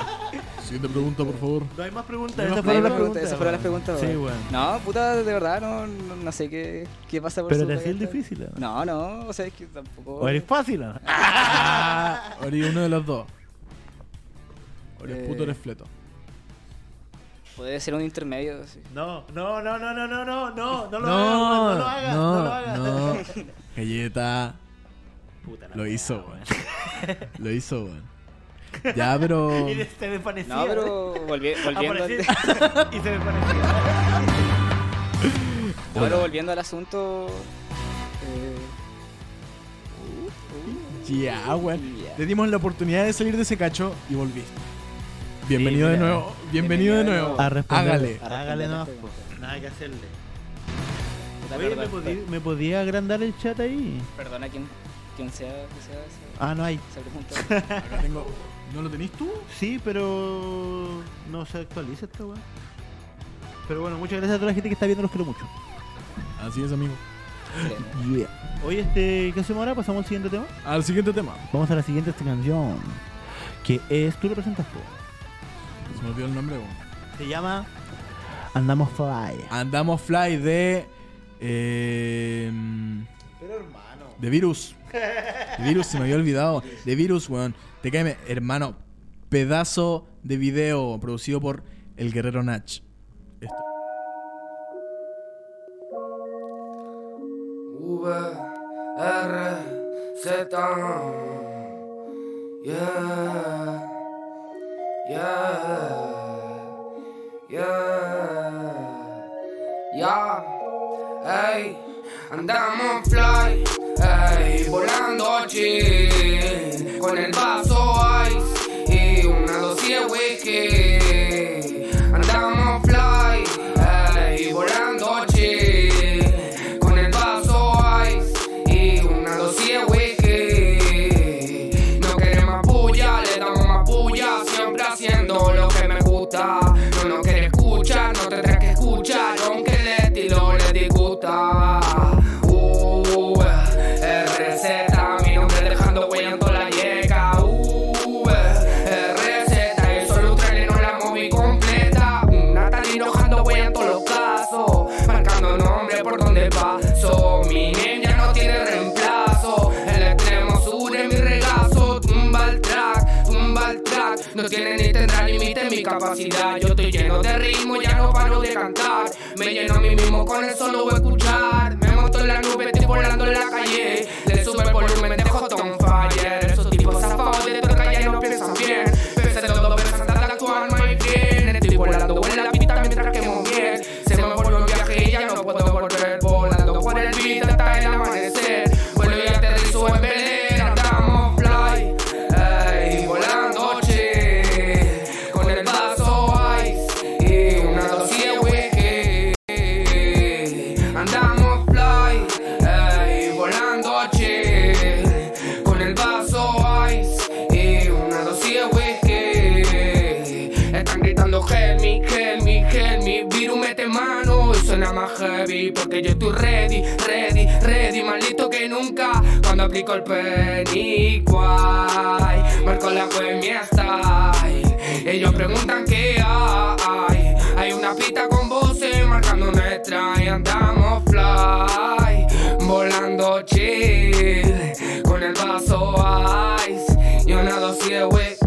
Siguiente pregunta, por favor. No hay más preguntas, No hay esas más fueron las preguntas, preguntas. esas fueron las preguntas, Sí, weón. weón. No, puta, de verdad, no, no, no sé qué, qué pasa por Pero su te hacía el cabeza. difícil, ¿no? No, no, o sea, es que tampoco. O eres fácil, ¿no? Ah, Ori, uno de los dos. O eres Eh. puto, o eres fleto. Puede ser un intermedio, sí. No, no, no, no, no, no, no, no, no lo No, hagas, no lo hagas, no, lo hagas. no, no. Galleta. Puta la Lo wea, hizo, weón. weón. Lo hizo, weón. Ya, pero. Y se me parecía. No, pero volvi- Ah, volviendo, al, Aparecía- y se me parecía. no, pero volviendo al asunto. eh, Ya, weón. Ya. Te dimos la oportunidad de salir de ese cacho y volviste. Bienvenido Sí, de mira. nuevo. Bienvenido de nuevo. A responder. Hágale. A Hágale responder no, las preguntas. nada que hacerle. puta, Oye, ¿me perdón, podí- ¿me podía agrandar el chat ahí? per- Perdona quien, quien sea que sea esa, Ah, no hay. esa pregunta. Acá tengo. ¿No lo tenés tú? Sí, pero no se actualiza esta weá. Pero bueno, muchas gracias a toda la gente que está viendo, los quiero mucho. Así es, amigo. Oye, este, ¿qué hacemos ahora? ¿Pasamos al siguiente tema? Al siguiente tema. Vamos a la siguiente canción. Que es, tú lo presentas, po. Se me olvidó el nombre, weón. Se llama Andamos Fly. Andamos Fly de. Eh, Pero hermano. de Virus. De Virus, se me había olvidado. De Virus, weón. Te caeme, hermano. Pedazo de video producido por El Guerrero Nach. Esto. V, R, Z. Yeah. Yeah. Yeah. Yeah. Ey. Andamos fly. Ey. Volando chill. Con el vaso ice. Y una dosis de whisky. Andamos fly. Ey. Volando chill. Con el vaso ice. Y una dosis de whisky. No queremos puya, le damos más puya. Siempre haciendo lo que me gusta. No nos quiere escuchar, no tendrás que escuchar. Aunque el estilo le disgusta. Uh, RZ, mi nombre dejando huella en toda la yeca. Uh, RZ, y solo un tren y no la moví completa. Una tan enojando huella en todos los casos. Marcando nombre por donde paso. Mi name ya no tiene reemplazo. El extremo sur en mi regazo. Tumba el track, tumba el track. No tiene ni tendrá límite mi capacidad. Yo estoy lleno de ritmo, ya no paro de cantar. Me lleno a mí mismo con el solo escuchar. Me monto en la nube, estoy volando en la calle. Le sube el volumen, dejo todo on fire. Esos tipos zafados de toca ya no piensan bien. Pensé todo, pensando en actuar muy bien. Estoy volando en la pista mientras que muy bien. Se me volvió un viaje y ya no puedo volver. Volando por el beat hasta el amanecer. Vuelo y aterrizo en Belén, andamos fly. Ey, volando che. Con el vaso ice y una dosis de whisky. Andamos fly, ey, volando che. Con el vaso ice y una dosis de whisky. Están gritando help me, help me, help me Virus mete mano y suena más heavy Porque yo estoy ready, ready, ready Más listo que nunca Cuando aplico el penny guay Marco la web mi style Ellos preguntan qué hay Hay una pista con voces marcando nuestra Y andamos fly Volando chill Con el vaso ice Y una dosis de whisky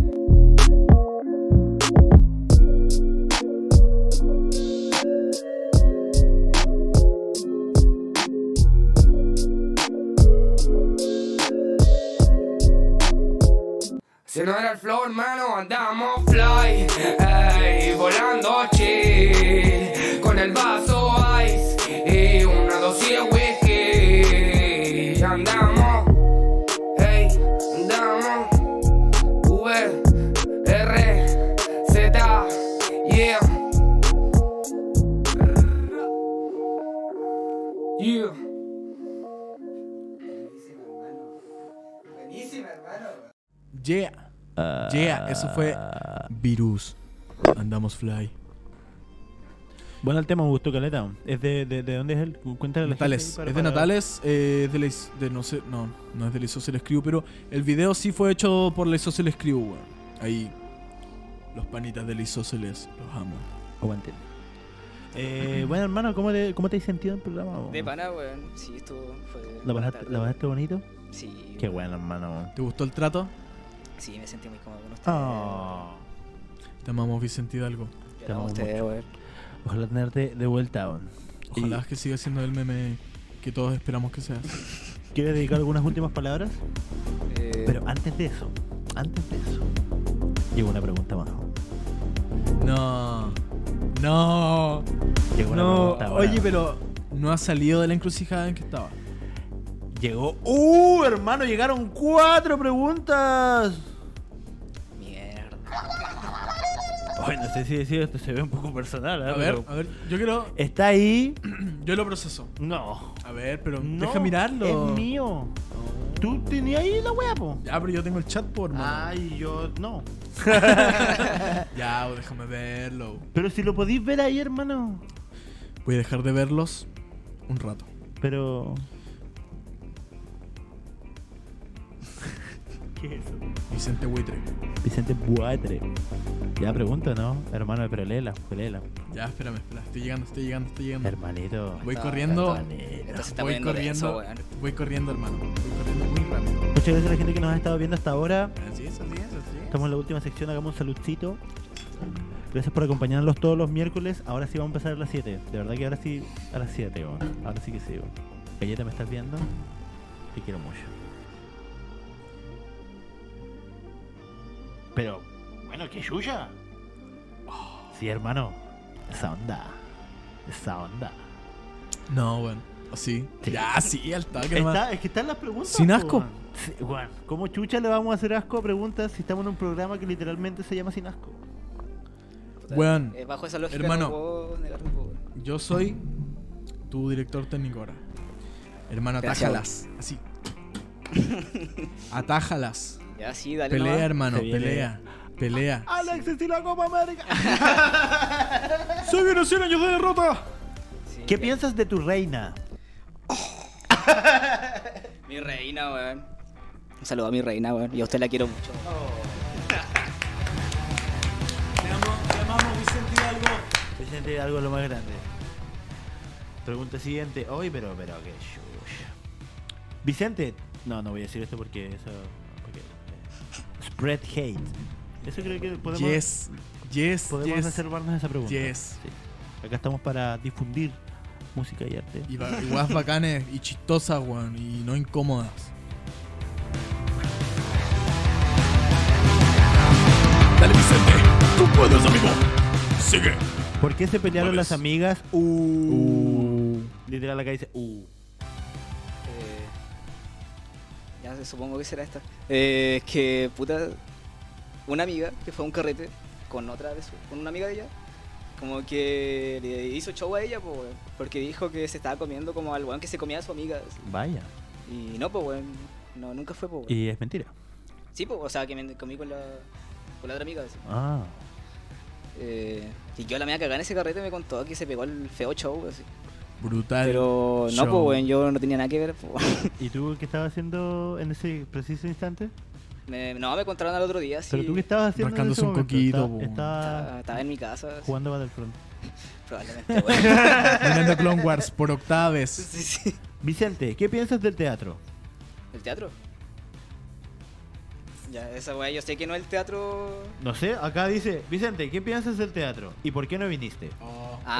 Si no era el flow, hermano, andamos fly, ey, volando chill, con el vaso ice y una dosis de whisky. Andamos, ey, andamos, V, R, Z, yeah. Yeah. Yeah. yeah, eso fue Virus. Andamos Fly. Bueno, el tema me gustó Caleta. ¿Es de, de, de dónde es él? Cuéntale a la gente ahí Natales. para- es de para- Natales, eh, es de, la is- de no sé, no, no es de la Isósceles Crew, pero el video sí fue hecho por la Isósceles Crew, weón. Ahí, los panitas de la Isósceles, los amo. Aguante. Eh, bueno, hermano, ¿cómo te, ¿cómo te has sentido en el programa? vos? De pana, weón. Sí, esto fue. ¿La pasaste, ¿La pasaste bonito? Sí. Qué bueno, hermano. ¿Te gustó el trato? Sí, me sentí muy cómodo con ustedes. Oh. Te amamos, Vicente Hidalgo. Yo te amo a amo ustedes, weón. Ojalá tenerte de vuelta. weón. Ojalá que siga siendo el meme que todos esperamos que sea. ¿Quieres dedicar algunas últimas palabras? Eh, Pero antes de eso, antes de eso, llegó una pregunta más. No, no, Llegó una no. pregunta más. Oye, pero no ha salido de la encrucijada en que estaba. Llegó. ¡Uh, hermano! Llegaron cuatro preguntas. Mierda. Ay, no sé si decir esto se ve un poco personal, ¿eh? A ver, Pero- a ver, yo quiero, Está ahí. yo lo proceso. No. A ver, pero no deja mirarlo. Es mío. Tú tenías ahí la wea, po. Ya, pero yo tengo el chat por mano. Ay, yo no. Ah. Ya, pues, déjame verlo. Pero si lo podís ver ahí, hermano. Voy a dejar de verlos un rato. Pero. ¿Qué es eso? Vicente Buitre. Vicente Buatre. Ya pregunto, ¿no? Hermano, pero léela, léela. Ya, espérame, espera. Estoy llegando, estoy llegando, estoy Mm. llegando. Hermanito. Voy No, corriendo. no, no. Esto se está Voy poniendo denso, corriendo. weón. Voy corriendo, hermano. Voy corriendo muy rápido. Muchas gracias a la gente que nos ha estado viendo hasta ahora. Así es, así es, así es. Estamos en la última sección, hagamos un saludcito. Gracias por acompañarnos todos los miércoles. Ahora sí vamos a empezar a las 7. De verdad que ahora sí, a las 7. weón. Ahora sí que sí. weón. Galleta, ¿me estás viendo? Te quiero mucho. Pero, bueno, qué suya. Sí, hermano. Esa onda. Esa onda. No, bueno. Así. Sí. Ya, sí, al toque nomás. Está, es que están las preguntas. Sin po, asco. weón. Sí, weón. ¿Cómo chucha le vamos a hacer asco a preguntas si estamos en un programa que literalmente se llama Sin Asco? Puta, Weón. eh, bajo esa lógica Hermano. no puedo negarme, weón. Yo soy tu director técnico ahora. Hermano, Gracias. atájalas. Así. Atájalas. Ya, sí, dale. Pelea, nomás. hermano, Se viene. pelea. Pelea. Alex, si la Copa América. ¡Se vienen 100 años de derrota! Sí, ¿Qué ya. piensas de tu reina? Mi reina, weón. Un saludo a mi reina, weón. Y a usted la quiero mucho. Te amo, te amamos, Vicente Hidalgo. Vicente, algo lo más grande. Pregunta siguiente. Hoy, pero, pero, qué chucha. Vicente. No, no voy a decir esto porque eso. porque- eh, spread hate. Eso creo que podemos, Yes, yes, podemos yes. reservarnos esa pregunta. Yes. Sí. Acá estamos para difundir música y arte. Y, ba- y weas bacanes y chistosas, weón, y no incómodas. Dale, Vicente. Tú puedes, amigo. Sigue. ¿Por qué se pelearon Una las vez. amigas? Uh. Literal acá dice uh. Eh, ya se- supongo que será esta. Eh, es que, puta, una amiga que fue a un carrete con otra de su, con una amiga de ella, como que le hizo show a ella, po, weón, porque dijo que se estaba comiendo como al weón que se comía a su amiga. así. Vaya. Y no, pues, weón. No, nunca fue, pues, weón. Y es mentira. Sí, pues, o sea, que me comí con la, con la otra amiga. así. Ah. Eh, y yo la mía cagada en ese carrete me contó que se pegó el feo show, así. Brutal. Pero no, show. pues, weón, yo no tenía nada que ver, pues, po. ¿Y tú qué estabas haciendo en ese preciso instante? Me- no, me contaron al otro día, sí. ¿Pero tú qué estabas haciendo en Rascándose ese un momento? coquito, Esta- po. Estaba, Estaba, estaba en mi casa, así, jugando Battlefront. probablemente, weón. Mirando Clone Wars por octaves. Sí, sí. Vicente, ¿qué piensas del teatro? ¿El teatro? Ya, esa weá, yo sé que no es el teatro. No sé, acá dice, Vicente, ¿qué piensas del teatro? ¿Y por qué no viniste? Ah,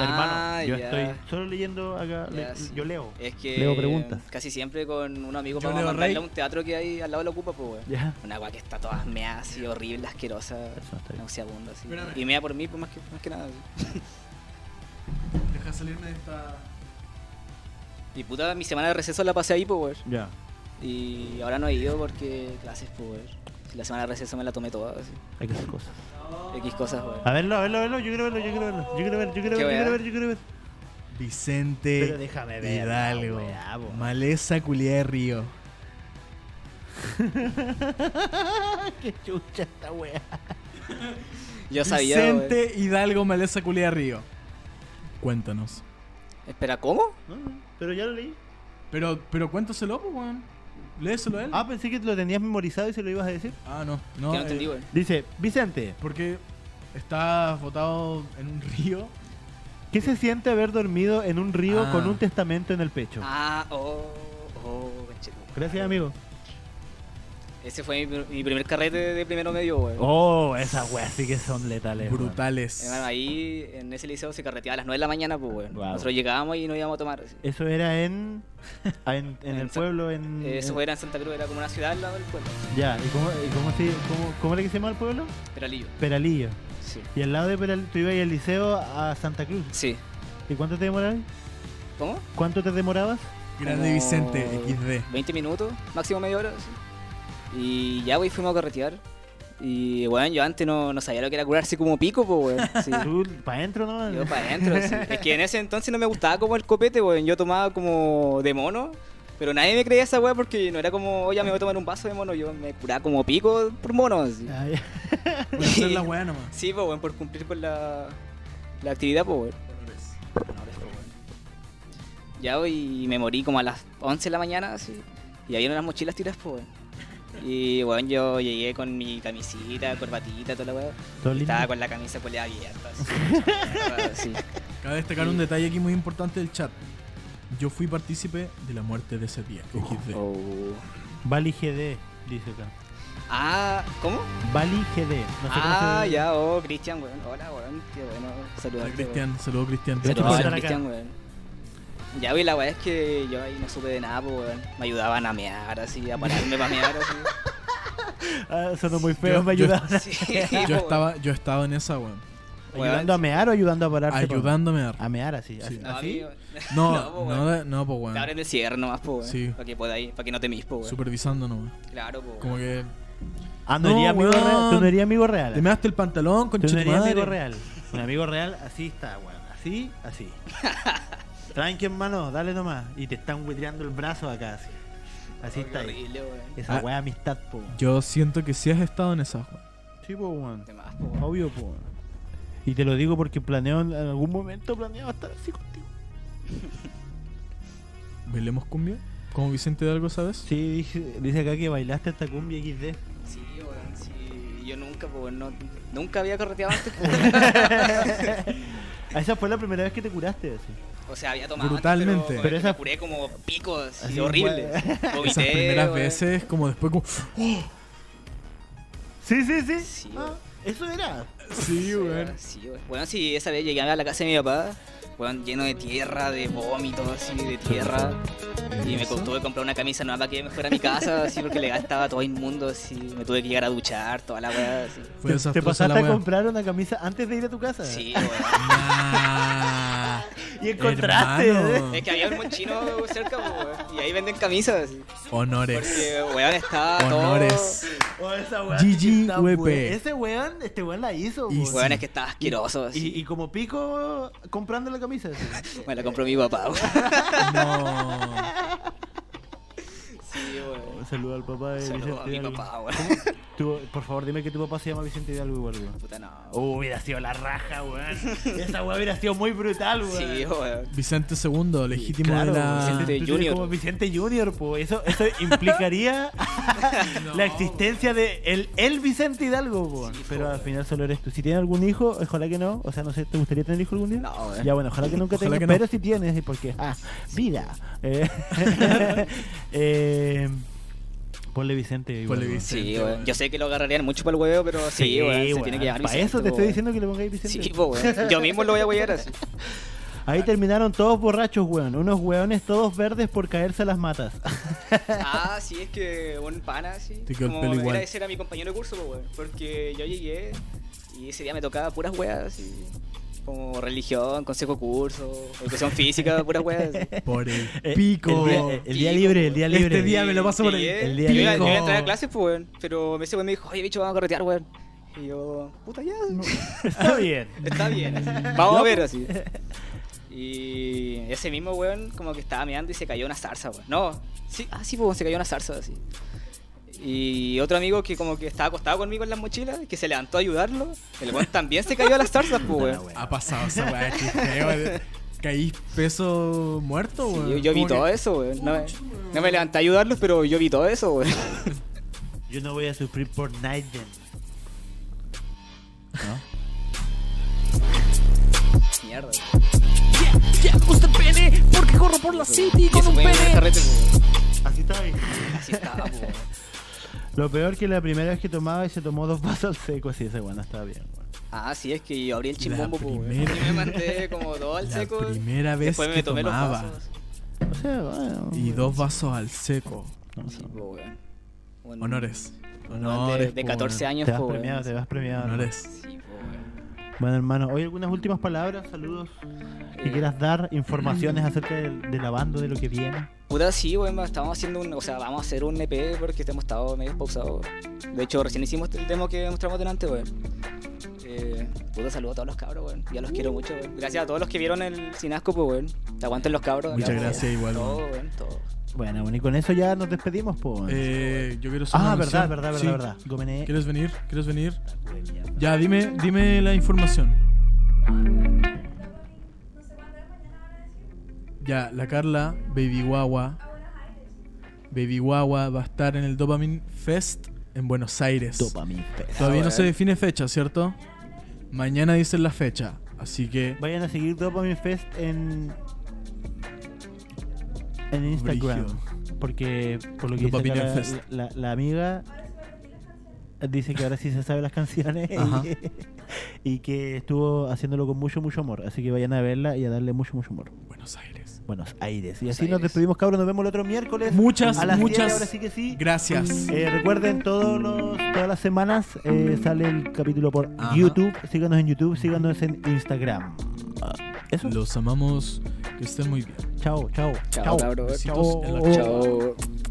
Hermano, yo ya. estoy solo leyendo acá, le- Ya, sí. Eh. yo leo. Es que. Leo preguntas. Casi siempre con un amigo Yo para leo mandarle a Rey. un teatro que hay al lado de la Ocupa, pues, weón. Ya. Una weá que está toda mea así, horrible, asquerosa, Eso no está bien. nauseabunda, así. Espérame. Y mea por mí, pues, más que, más que nada. así. Deja salirme de esta. Y puta, mi semana de receso la pasé ahí, pues, weón. Ya. Y ahora no he ido porque clases, pues, weón. Si La semana de receso me la tomé toda, así. Hay que hacer cosas. X cosas, weón. A verlo, a verlo, a verlo, yo quiero verlo, yo quiero verlo, yo quiero verlo, yo quiero ¿Qué verlo, yo quiero wea? ver, yo quiero ver. Vicente Pero déjame ver, Hidalgo. la weá, po. Maleza culiá de río. Qué chucha esta wea. Yo sabía, weón. Vicente Hidalgo, maleza culiá de río. cuéntanos. Espera, ¿cómo? No, no, pero ya lo leí. Pero, pero cuéntaselo, pues, weón. Léeselo a él. Ah, pensé que lo tenías memorizado y se lo ibas a decir. Ah, no, no. que no eh, entendí, weón. Dice, Vicente, porque estás botado en un río. ¿qué se siente haber dormido en un río Ah. con un testamento en el pecho? Ah, oh, oh, conchetumare. Gracias, amigo. Ese fue mi, mi primer carrete de primero medio, weón. Oh, esas weas sí que son letales. weón. brutales. Hermano, ahí en ese liceo se carreteaba a las 9 de la mañana, pues, weón. Guau. Nosotros llegábamos y no íbamos a tomar. así. Eso era en. ah, en, en el En Sa- pueblo, en. Eso en- era en Santa Cruz, era como una ciudad al lado del pueblo. Ya, ¿y cómo, y cómo, se, cómo, cómo era que se llama el pueblo? Peralillo. Peralillo. Sí. Y al lado de Peralillo, tú ibas al liceo a Santa Cruz. Sí. ¿Y cuánto te demorabas? ¿Cómo? ¿Cuánto te demorabas? Grande Como Vicente, XD. 20 minutos, máximo media hora. así. Y ya, güey, fuimos a carretear. Y, weón, yo antes no, no sabía lo que era curarse como pico, pues, weón. Sí. Tú, para adentro nomás. Yo para adentro. así. Es que en ese entonces no me gustaba como el copete, weón. Yo tomaba como de mono. Pero nadie me creía esa weá porque no era como, oye, me voy a tomar un vaso de mono. Yo me curaba como pico por mono. así. Ah, ya. Voy a hacer la weá nomás. Sí, pues, weón, por cumplir con la, la actividad, pues, weón. Ya, weón, y me morí como a las 11 de la mañana, así. Y había unas mochilas tiras, pues, weón. Y, weón, yo llegué con mi camisita, corbatita, toda la weá. Todo lindo. Estaba con la camisa coleada abierta, así, mucha mierda, así. Cabe destacar un detalle aquí muy importante del chat. Yo fui partícipe de la muerte de ese día. XD. Oh. Bali GD, dice acá. Ah, ¿cómo? Bali GD. No sé cómo ah, se- ya, oh, Cristian, weón. Hola, weón, qué bueno Hola, saludarte. weón. Cristian, saludos Cristian. Gracias Saludos, por estar hola, acá. Cristian, weón. Ya, güey, la weá es que yo ahí no supe de nada, pues, weón. Me ayudaban a mear, así, a pararme para mear, así. Ah, sonó muy feo, Yo- me yo- ayudaron. Sí, Yo weón. estaba, yo estaba en esa weón. Weón, ¿Ayudando a mear o ayudando a pararse? Ayudándome a A mear así. así. Sí. No, así. amigo. No, po, no, weón. no, no pues Te weón. abren el cierre nomás, pues, Sí. weón. Para que podáis, para que no te mis, pues, weón. Supervisando nomás. Claro, pues. Como que. Ah, no, No, eres amigo weón. real. Tú no eres amigo real. Te measte el pantalón con Tú no eres amigo madre. real. Un amigo real, así está, weón. Así, así. Tranqui, hermano, dale nomás. Y te están huetreando el brazo acá, así. Así está ahí. horrible, weón. Esa Ah. weá amistad, po. Yo siento que sí has estado en esa weón. Sí, po, weón. De más, po, weón. Obvio, po. weón. Y te lo digo porque planeo, en algún momento planeaba estar así contigo. ¿Bailemos cumbia? ¿Como Vicente de algo, sabes? Sí, dice, dice acá que bailaste hasta cumbia XD. Sí, weón, sí. Yo nunca, pues, weón, no, nunca había correteado antes, pues, weón. Ah, Esa fue la primera vez que te curaste, así. O sea, había tomado Brutalmente. Antes, pero, Pero pero esa- me curé como picos Así, y horrible. Vomité, Esas primeras weón. veces, como después, como. Sí, sí, sí. Sí, Ah, weón. eso era. Sí, weón. Sí, weón. Bueno, sí, esa vez llegué a la casa de mi papá, weón, lleno de tierra, de vómitos, así, de tierra. Y me ¿Eso? costó de comprar una camisa nueva para que me fuera a mi casa, así, porque le estaba todo inmundo, así. Me tuve que llegar a duchar, toda la weá, así. Fue te, te desastrosa pasaste la a wea. comprar una camisa antes de ir a tu casa. Sí, weón. Nah, Y encontraste. Ah, hermano. Es que había un buen chino cerca, weón, y ahí venden camisas, así. Honores. Porque, ah, weón, estaba todo... Honores. Oh, esa weá GG, sí que está WP. buena. Ese weón, este weón la hizo. Y weón. sí. Weón, es que estaba asqueroso, así. Y, y como pico comprando la camisa. así. Me la compró mi papá, weón. No. Sí, weón. Un saludo al papá de Saludos a Vicente mi Hidalgo. papá, weón. Tú, por favor, dime que tu papá se llama Vicente Hidalgo igual, weón. Puta, no. Uh, hubiera sido la raja, weón. Esa weá hubiera sido muy brutal, weón. Sí, weón. Vicente II, legítimo Claro, de la. Vicente- Vicente Junior. "Este, Como Vicente Junior, pues. Eso, eso implicaría la existencia de el, el Vicente Hidalgo, weón. Pero al final solo eres tú. Si tienes algún hijo, ojalá que no. O sea, no sé, ¿te gustaría tener hijo algún día? No, eh. weón. Ya bueno, ojalá que nunca Ojalá tengas, que no. pero si tienes, porque, ah, vida. Eh, eh, ponle Vicente. igual, Ponle weón. Vicente. Sí, Vicente, Este, weón. weón. Yo sé que lo agarrarían mucho para el huevo, pero sí, weón. Se weón. tiene que llevar Para eso te estoy diciendo que le pongáis Vicente. Sí, po, weón. Yo mismo lo voy a huear así. Ahí terminaron todos borrachos, weón. Unos weones todos verdes por caerse a las matas. Ah, sí, es que un pana así. Te quedó el como pelo era- igual. Ese era mi compañero de curso, po, weón. Porque yo llegué y ese día me tocaba puras weas así. Como religión, consejo de curso, educación física, puras weas. así. Por el Eh, El pico. día, el día Pico, libre, el día Este libre. día me lo paso por el- Llegué, el yo día iba- libre. Yo iba a entrar a clases, pues, weón. Pero ese weón me dijo, oye, bicho, vamos a carretear, weón. Y yo, puta, ya. Está bien. Está bien. Vamos a ver así. Y ese mismo weón como que estaba meando y se cayó una zarza, weón. No, sí, ah, sí, pues, se cayó una zarza así. Y otro amigo que como que estaba acostado conmigo en las mochilas, que se levantó a ayudarlo. El weón también se cayó a las zarzas, pues, Puta la weón. wea. Ha pasado esa weá, qué feo. eh. Caí peso muerto, weón. Yo, yo vi Como todo que- eso, weón. No me, no me levanté a ayudarlos, pero yo vi todo eso, weón. Yo no voy a sufrir por Nigel. Mierda. Ya me gusta el pene porque corro por la city Y con eso un fue en el pene. carrete, pues, weón. Así está ahí. Así estaba, pues, weón. Lo peor que la primera vez que tomaba y se tomó dos vasos al seco, así ese weón no estaba bien, weón. Ah, sí, es que yo abrí el chimbombo, pues, weón. primera- Y me mandé como dos al La seco. primera vez Después me que tomé tomaba. los vasos. O sea, bueno. Y dos vasos al seco. No sé. Sí, pues, weón. Un- Honores. No, de, Honores. de po, 14 años, Te vas po, weón. premiado, te vas premiado. Honores. Sí, po, weón. Bueno, hermano, hoy algunas últimas palabras, saludos que quieras dar, informaciones acerca del, de la banda, de lo que viene. Puta, sí, weón, estábamos haciendo un... O sea, vamos a hacer un EP porque hemos estado medio pausados. De hecho, recién hicimos el demo que mostramos delante, weón. Eh, puta, saludo a todos los cabros, weón. Ya los quiero mucho, weón. Gracias a todos los que vieron el Sinasco, pues, weón. Te aguanten los cabros. Muchas acá, gracias, weón. igual, Todo, weón. weón, todo. Bueno, bueno, y con eso ya nos despedimos, po. Eh, yo quiero hacer ah, una verdad, mención. verdad, verdad, Sí. verdad. Gomené. ¿Quieres venir? ¿Quieres venir? Pura mierda. Ya, dime, dime la información. Ya, la Carla, Baby Guagua. Baby Guagua va a estar en el Dopamine Fest en Buenos Aires. Dopamine Fest. Todavía no Ah, se bueno. define fecha, ¿cierto? Mañana dicen la fecha, así que Vayan a seguir Dopamine Fest en. En Instagram. Porque, por lo que dice Dopamine acá la- Fest. la, la amiga dice que ahora sí se sabe las canciones Ajá. y que estuvo haciéndolo con mucho, mucho amor. Así que vayan a verla y a darle mucho, mucho amor. Buenos Aires. Buenos Aires. Y así Aires. nos despedimos, cabros. Nos vemos el otro miércoles. Muchas, a las 10, muchas ahora sí que sí. gracias. Eh, recuerden, todos los, todas las semanas eh, sale el capítulo por Ajá. YouTube. Síganos en YouTube, síganos en Instagram. Ah, Eso. Los amamos, que estén muy bien. Chao, chao. Chao, cabros. Besitos en la Chao.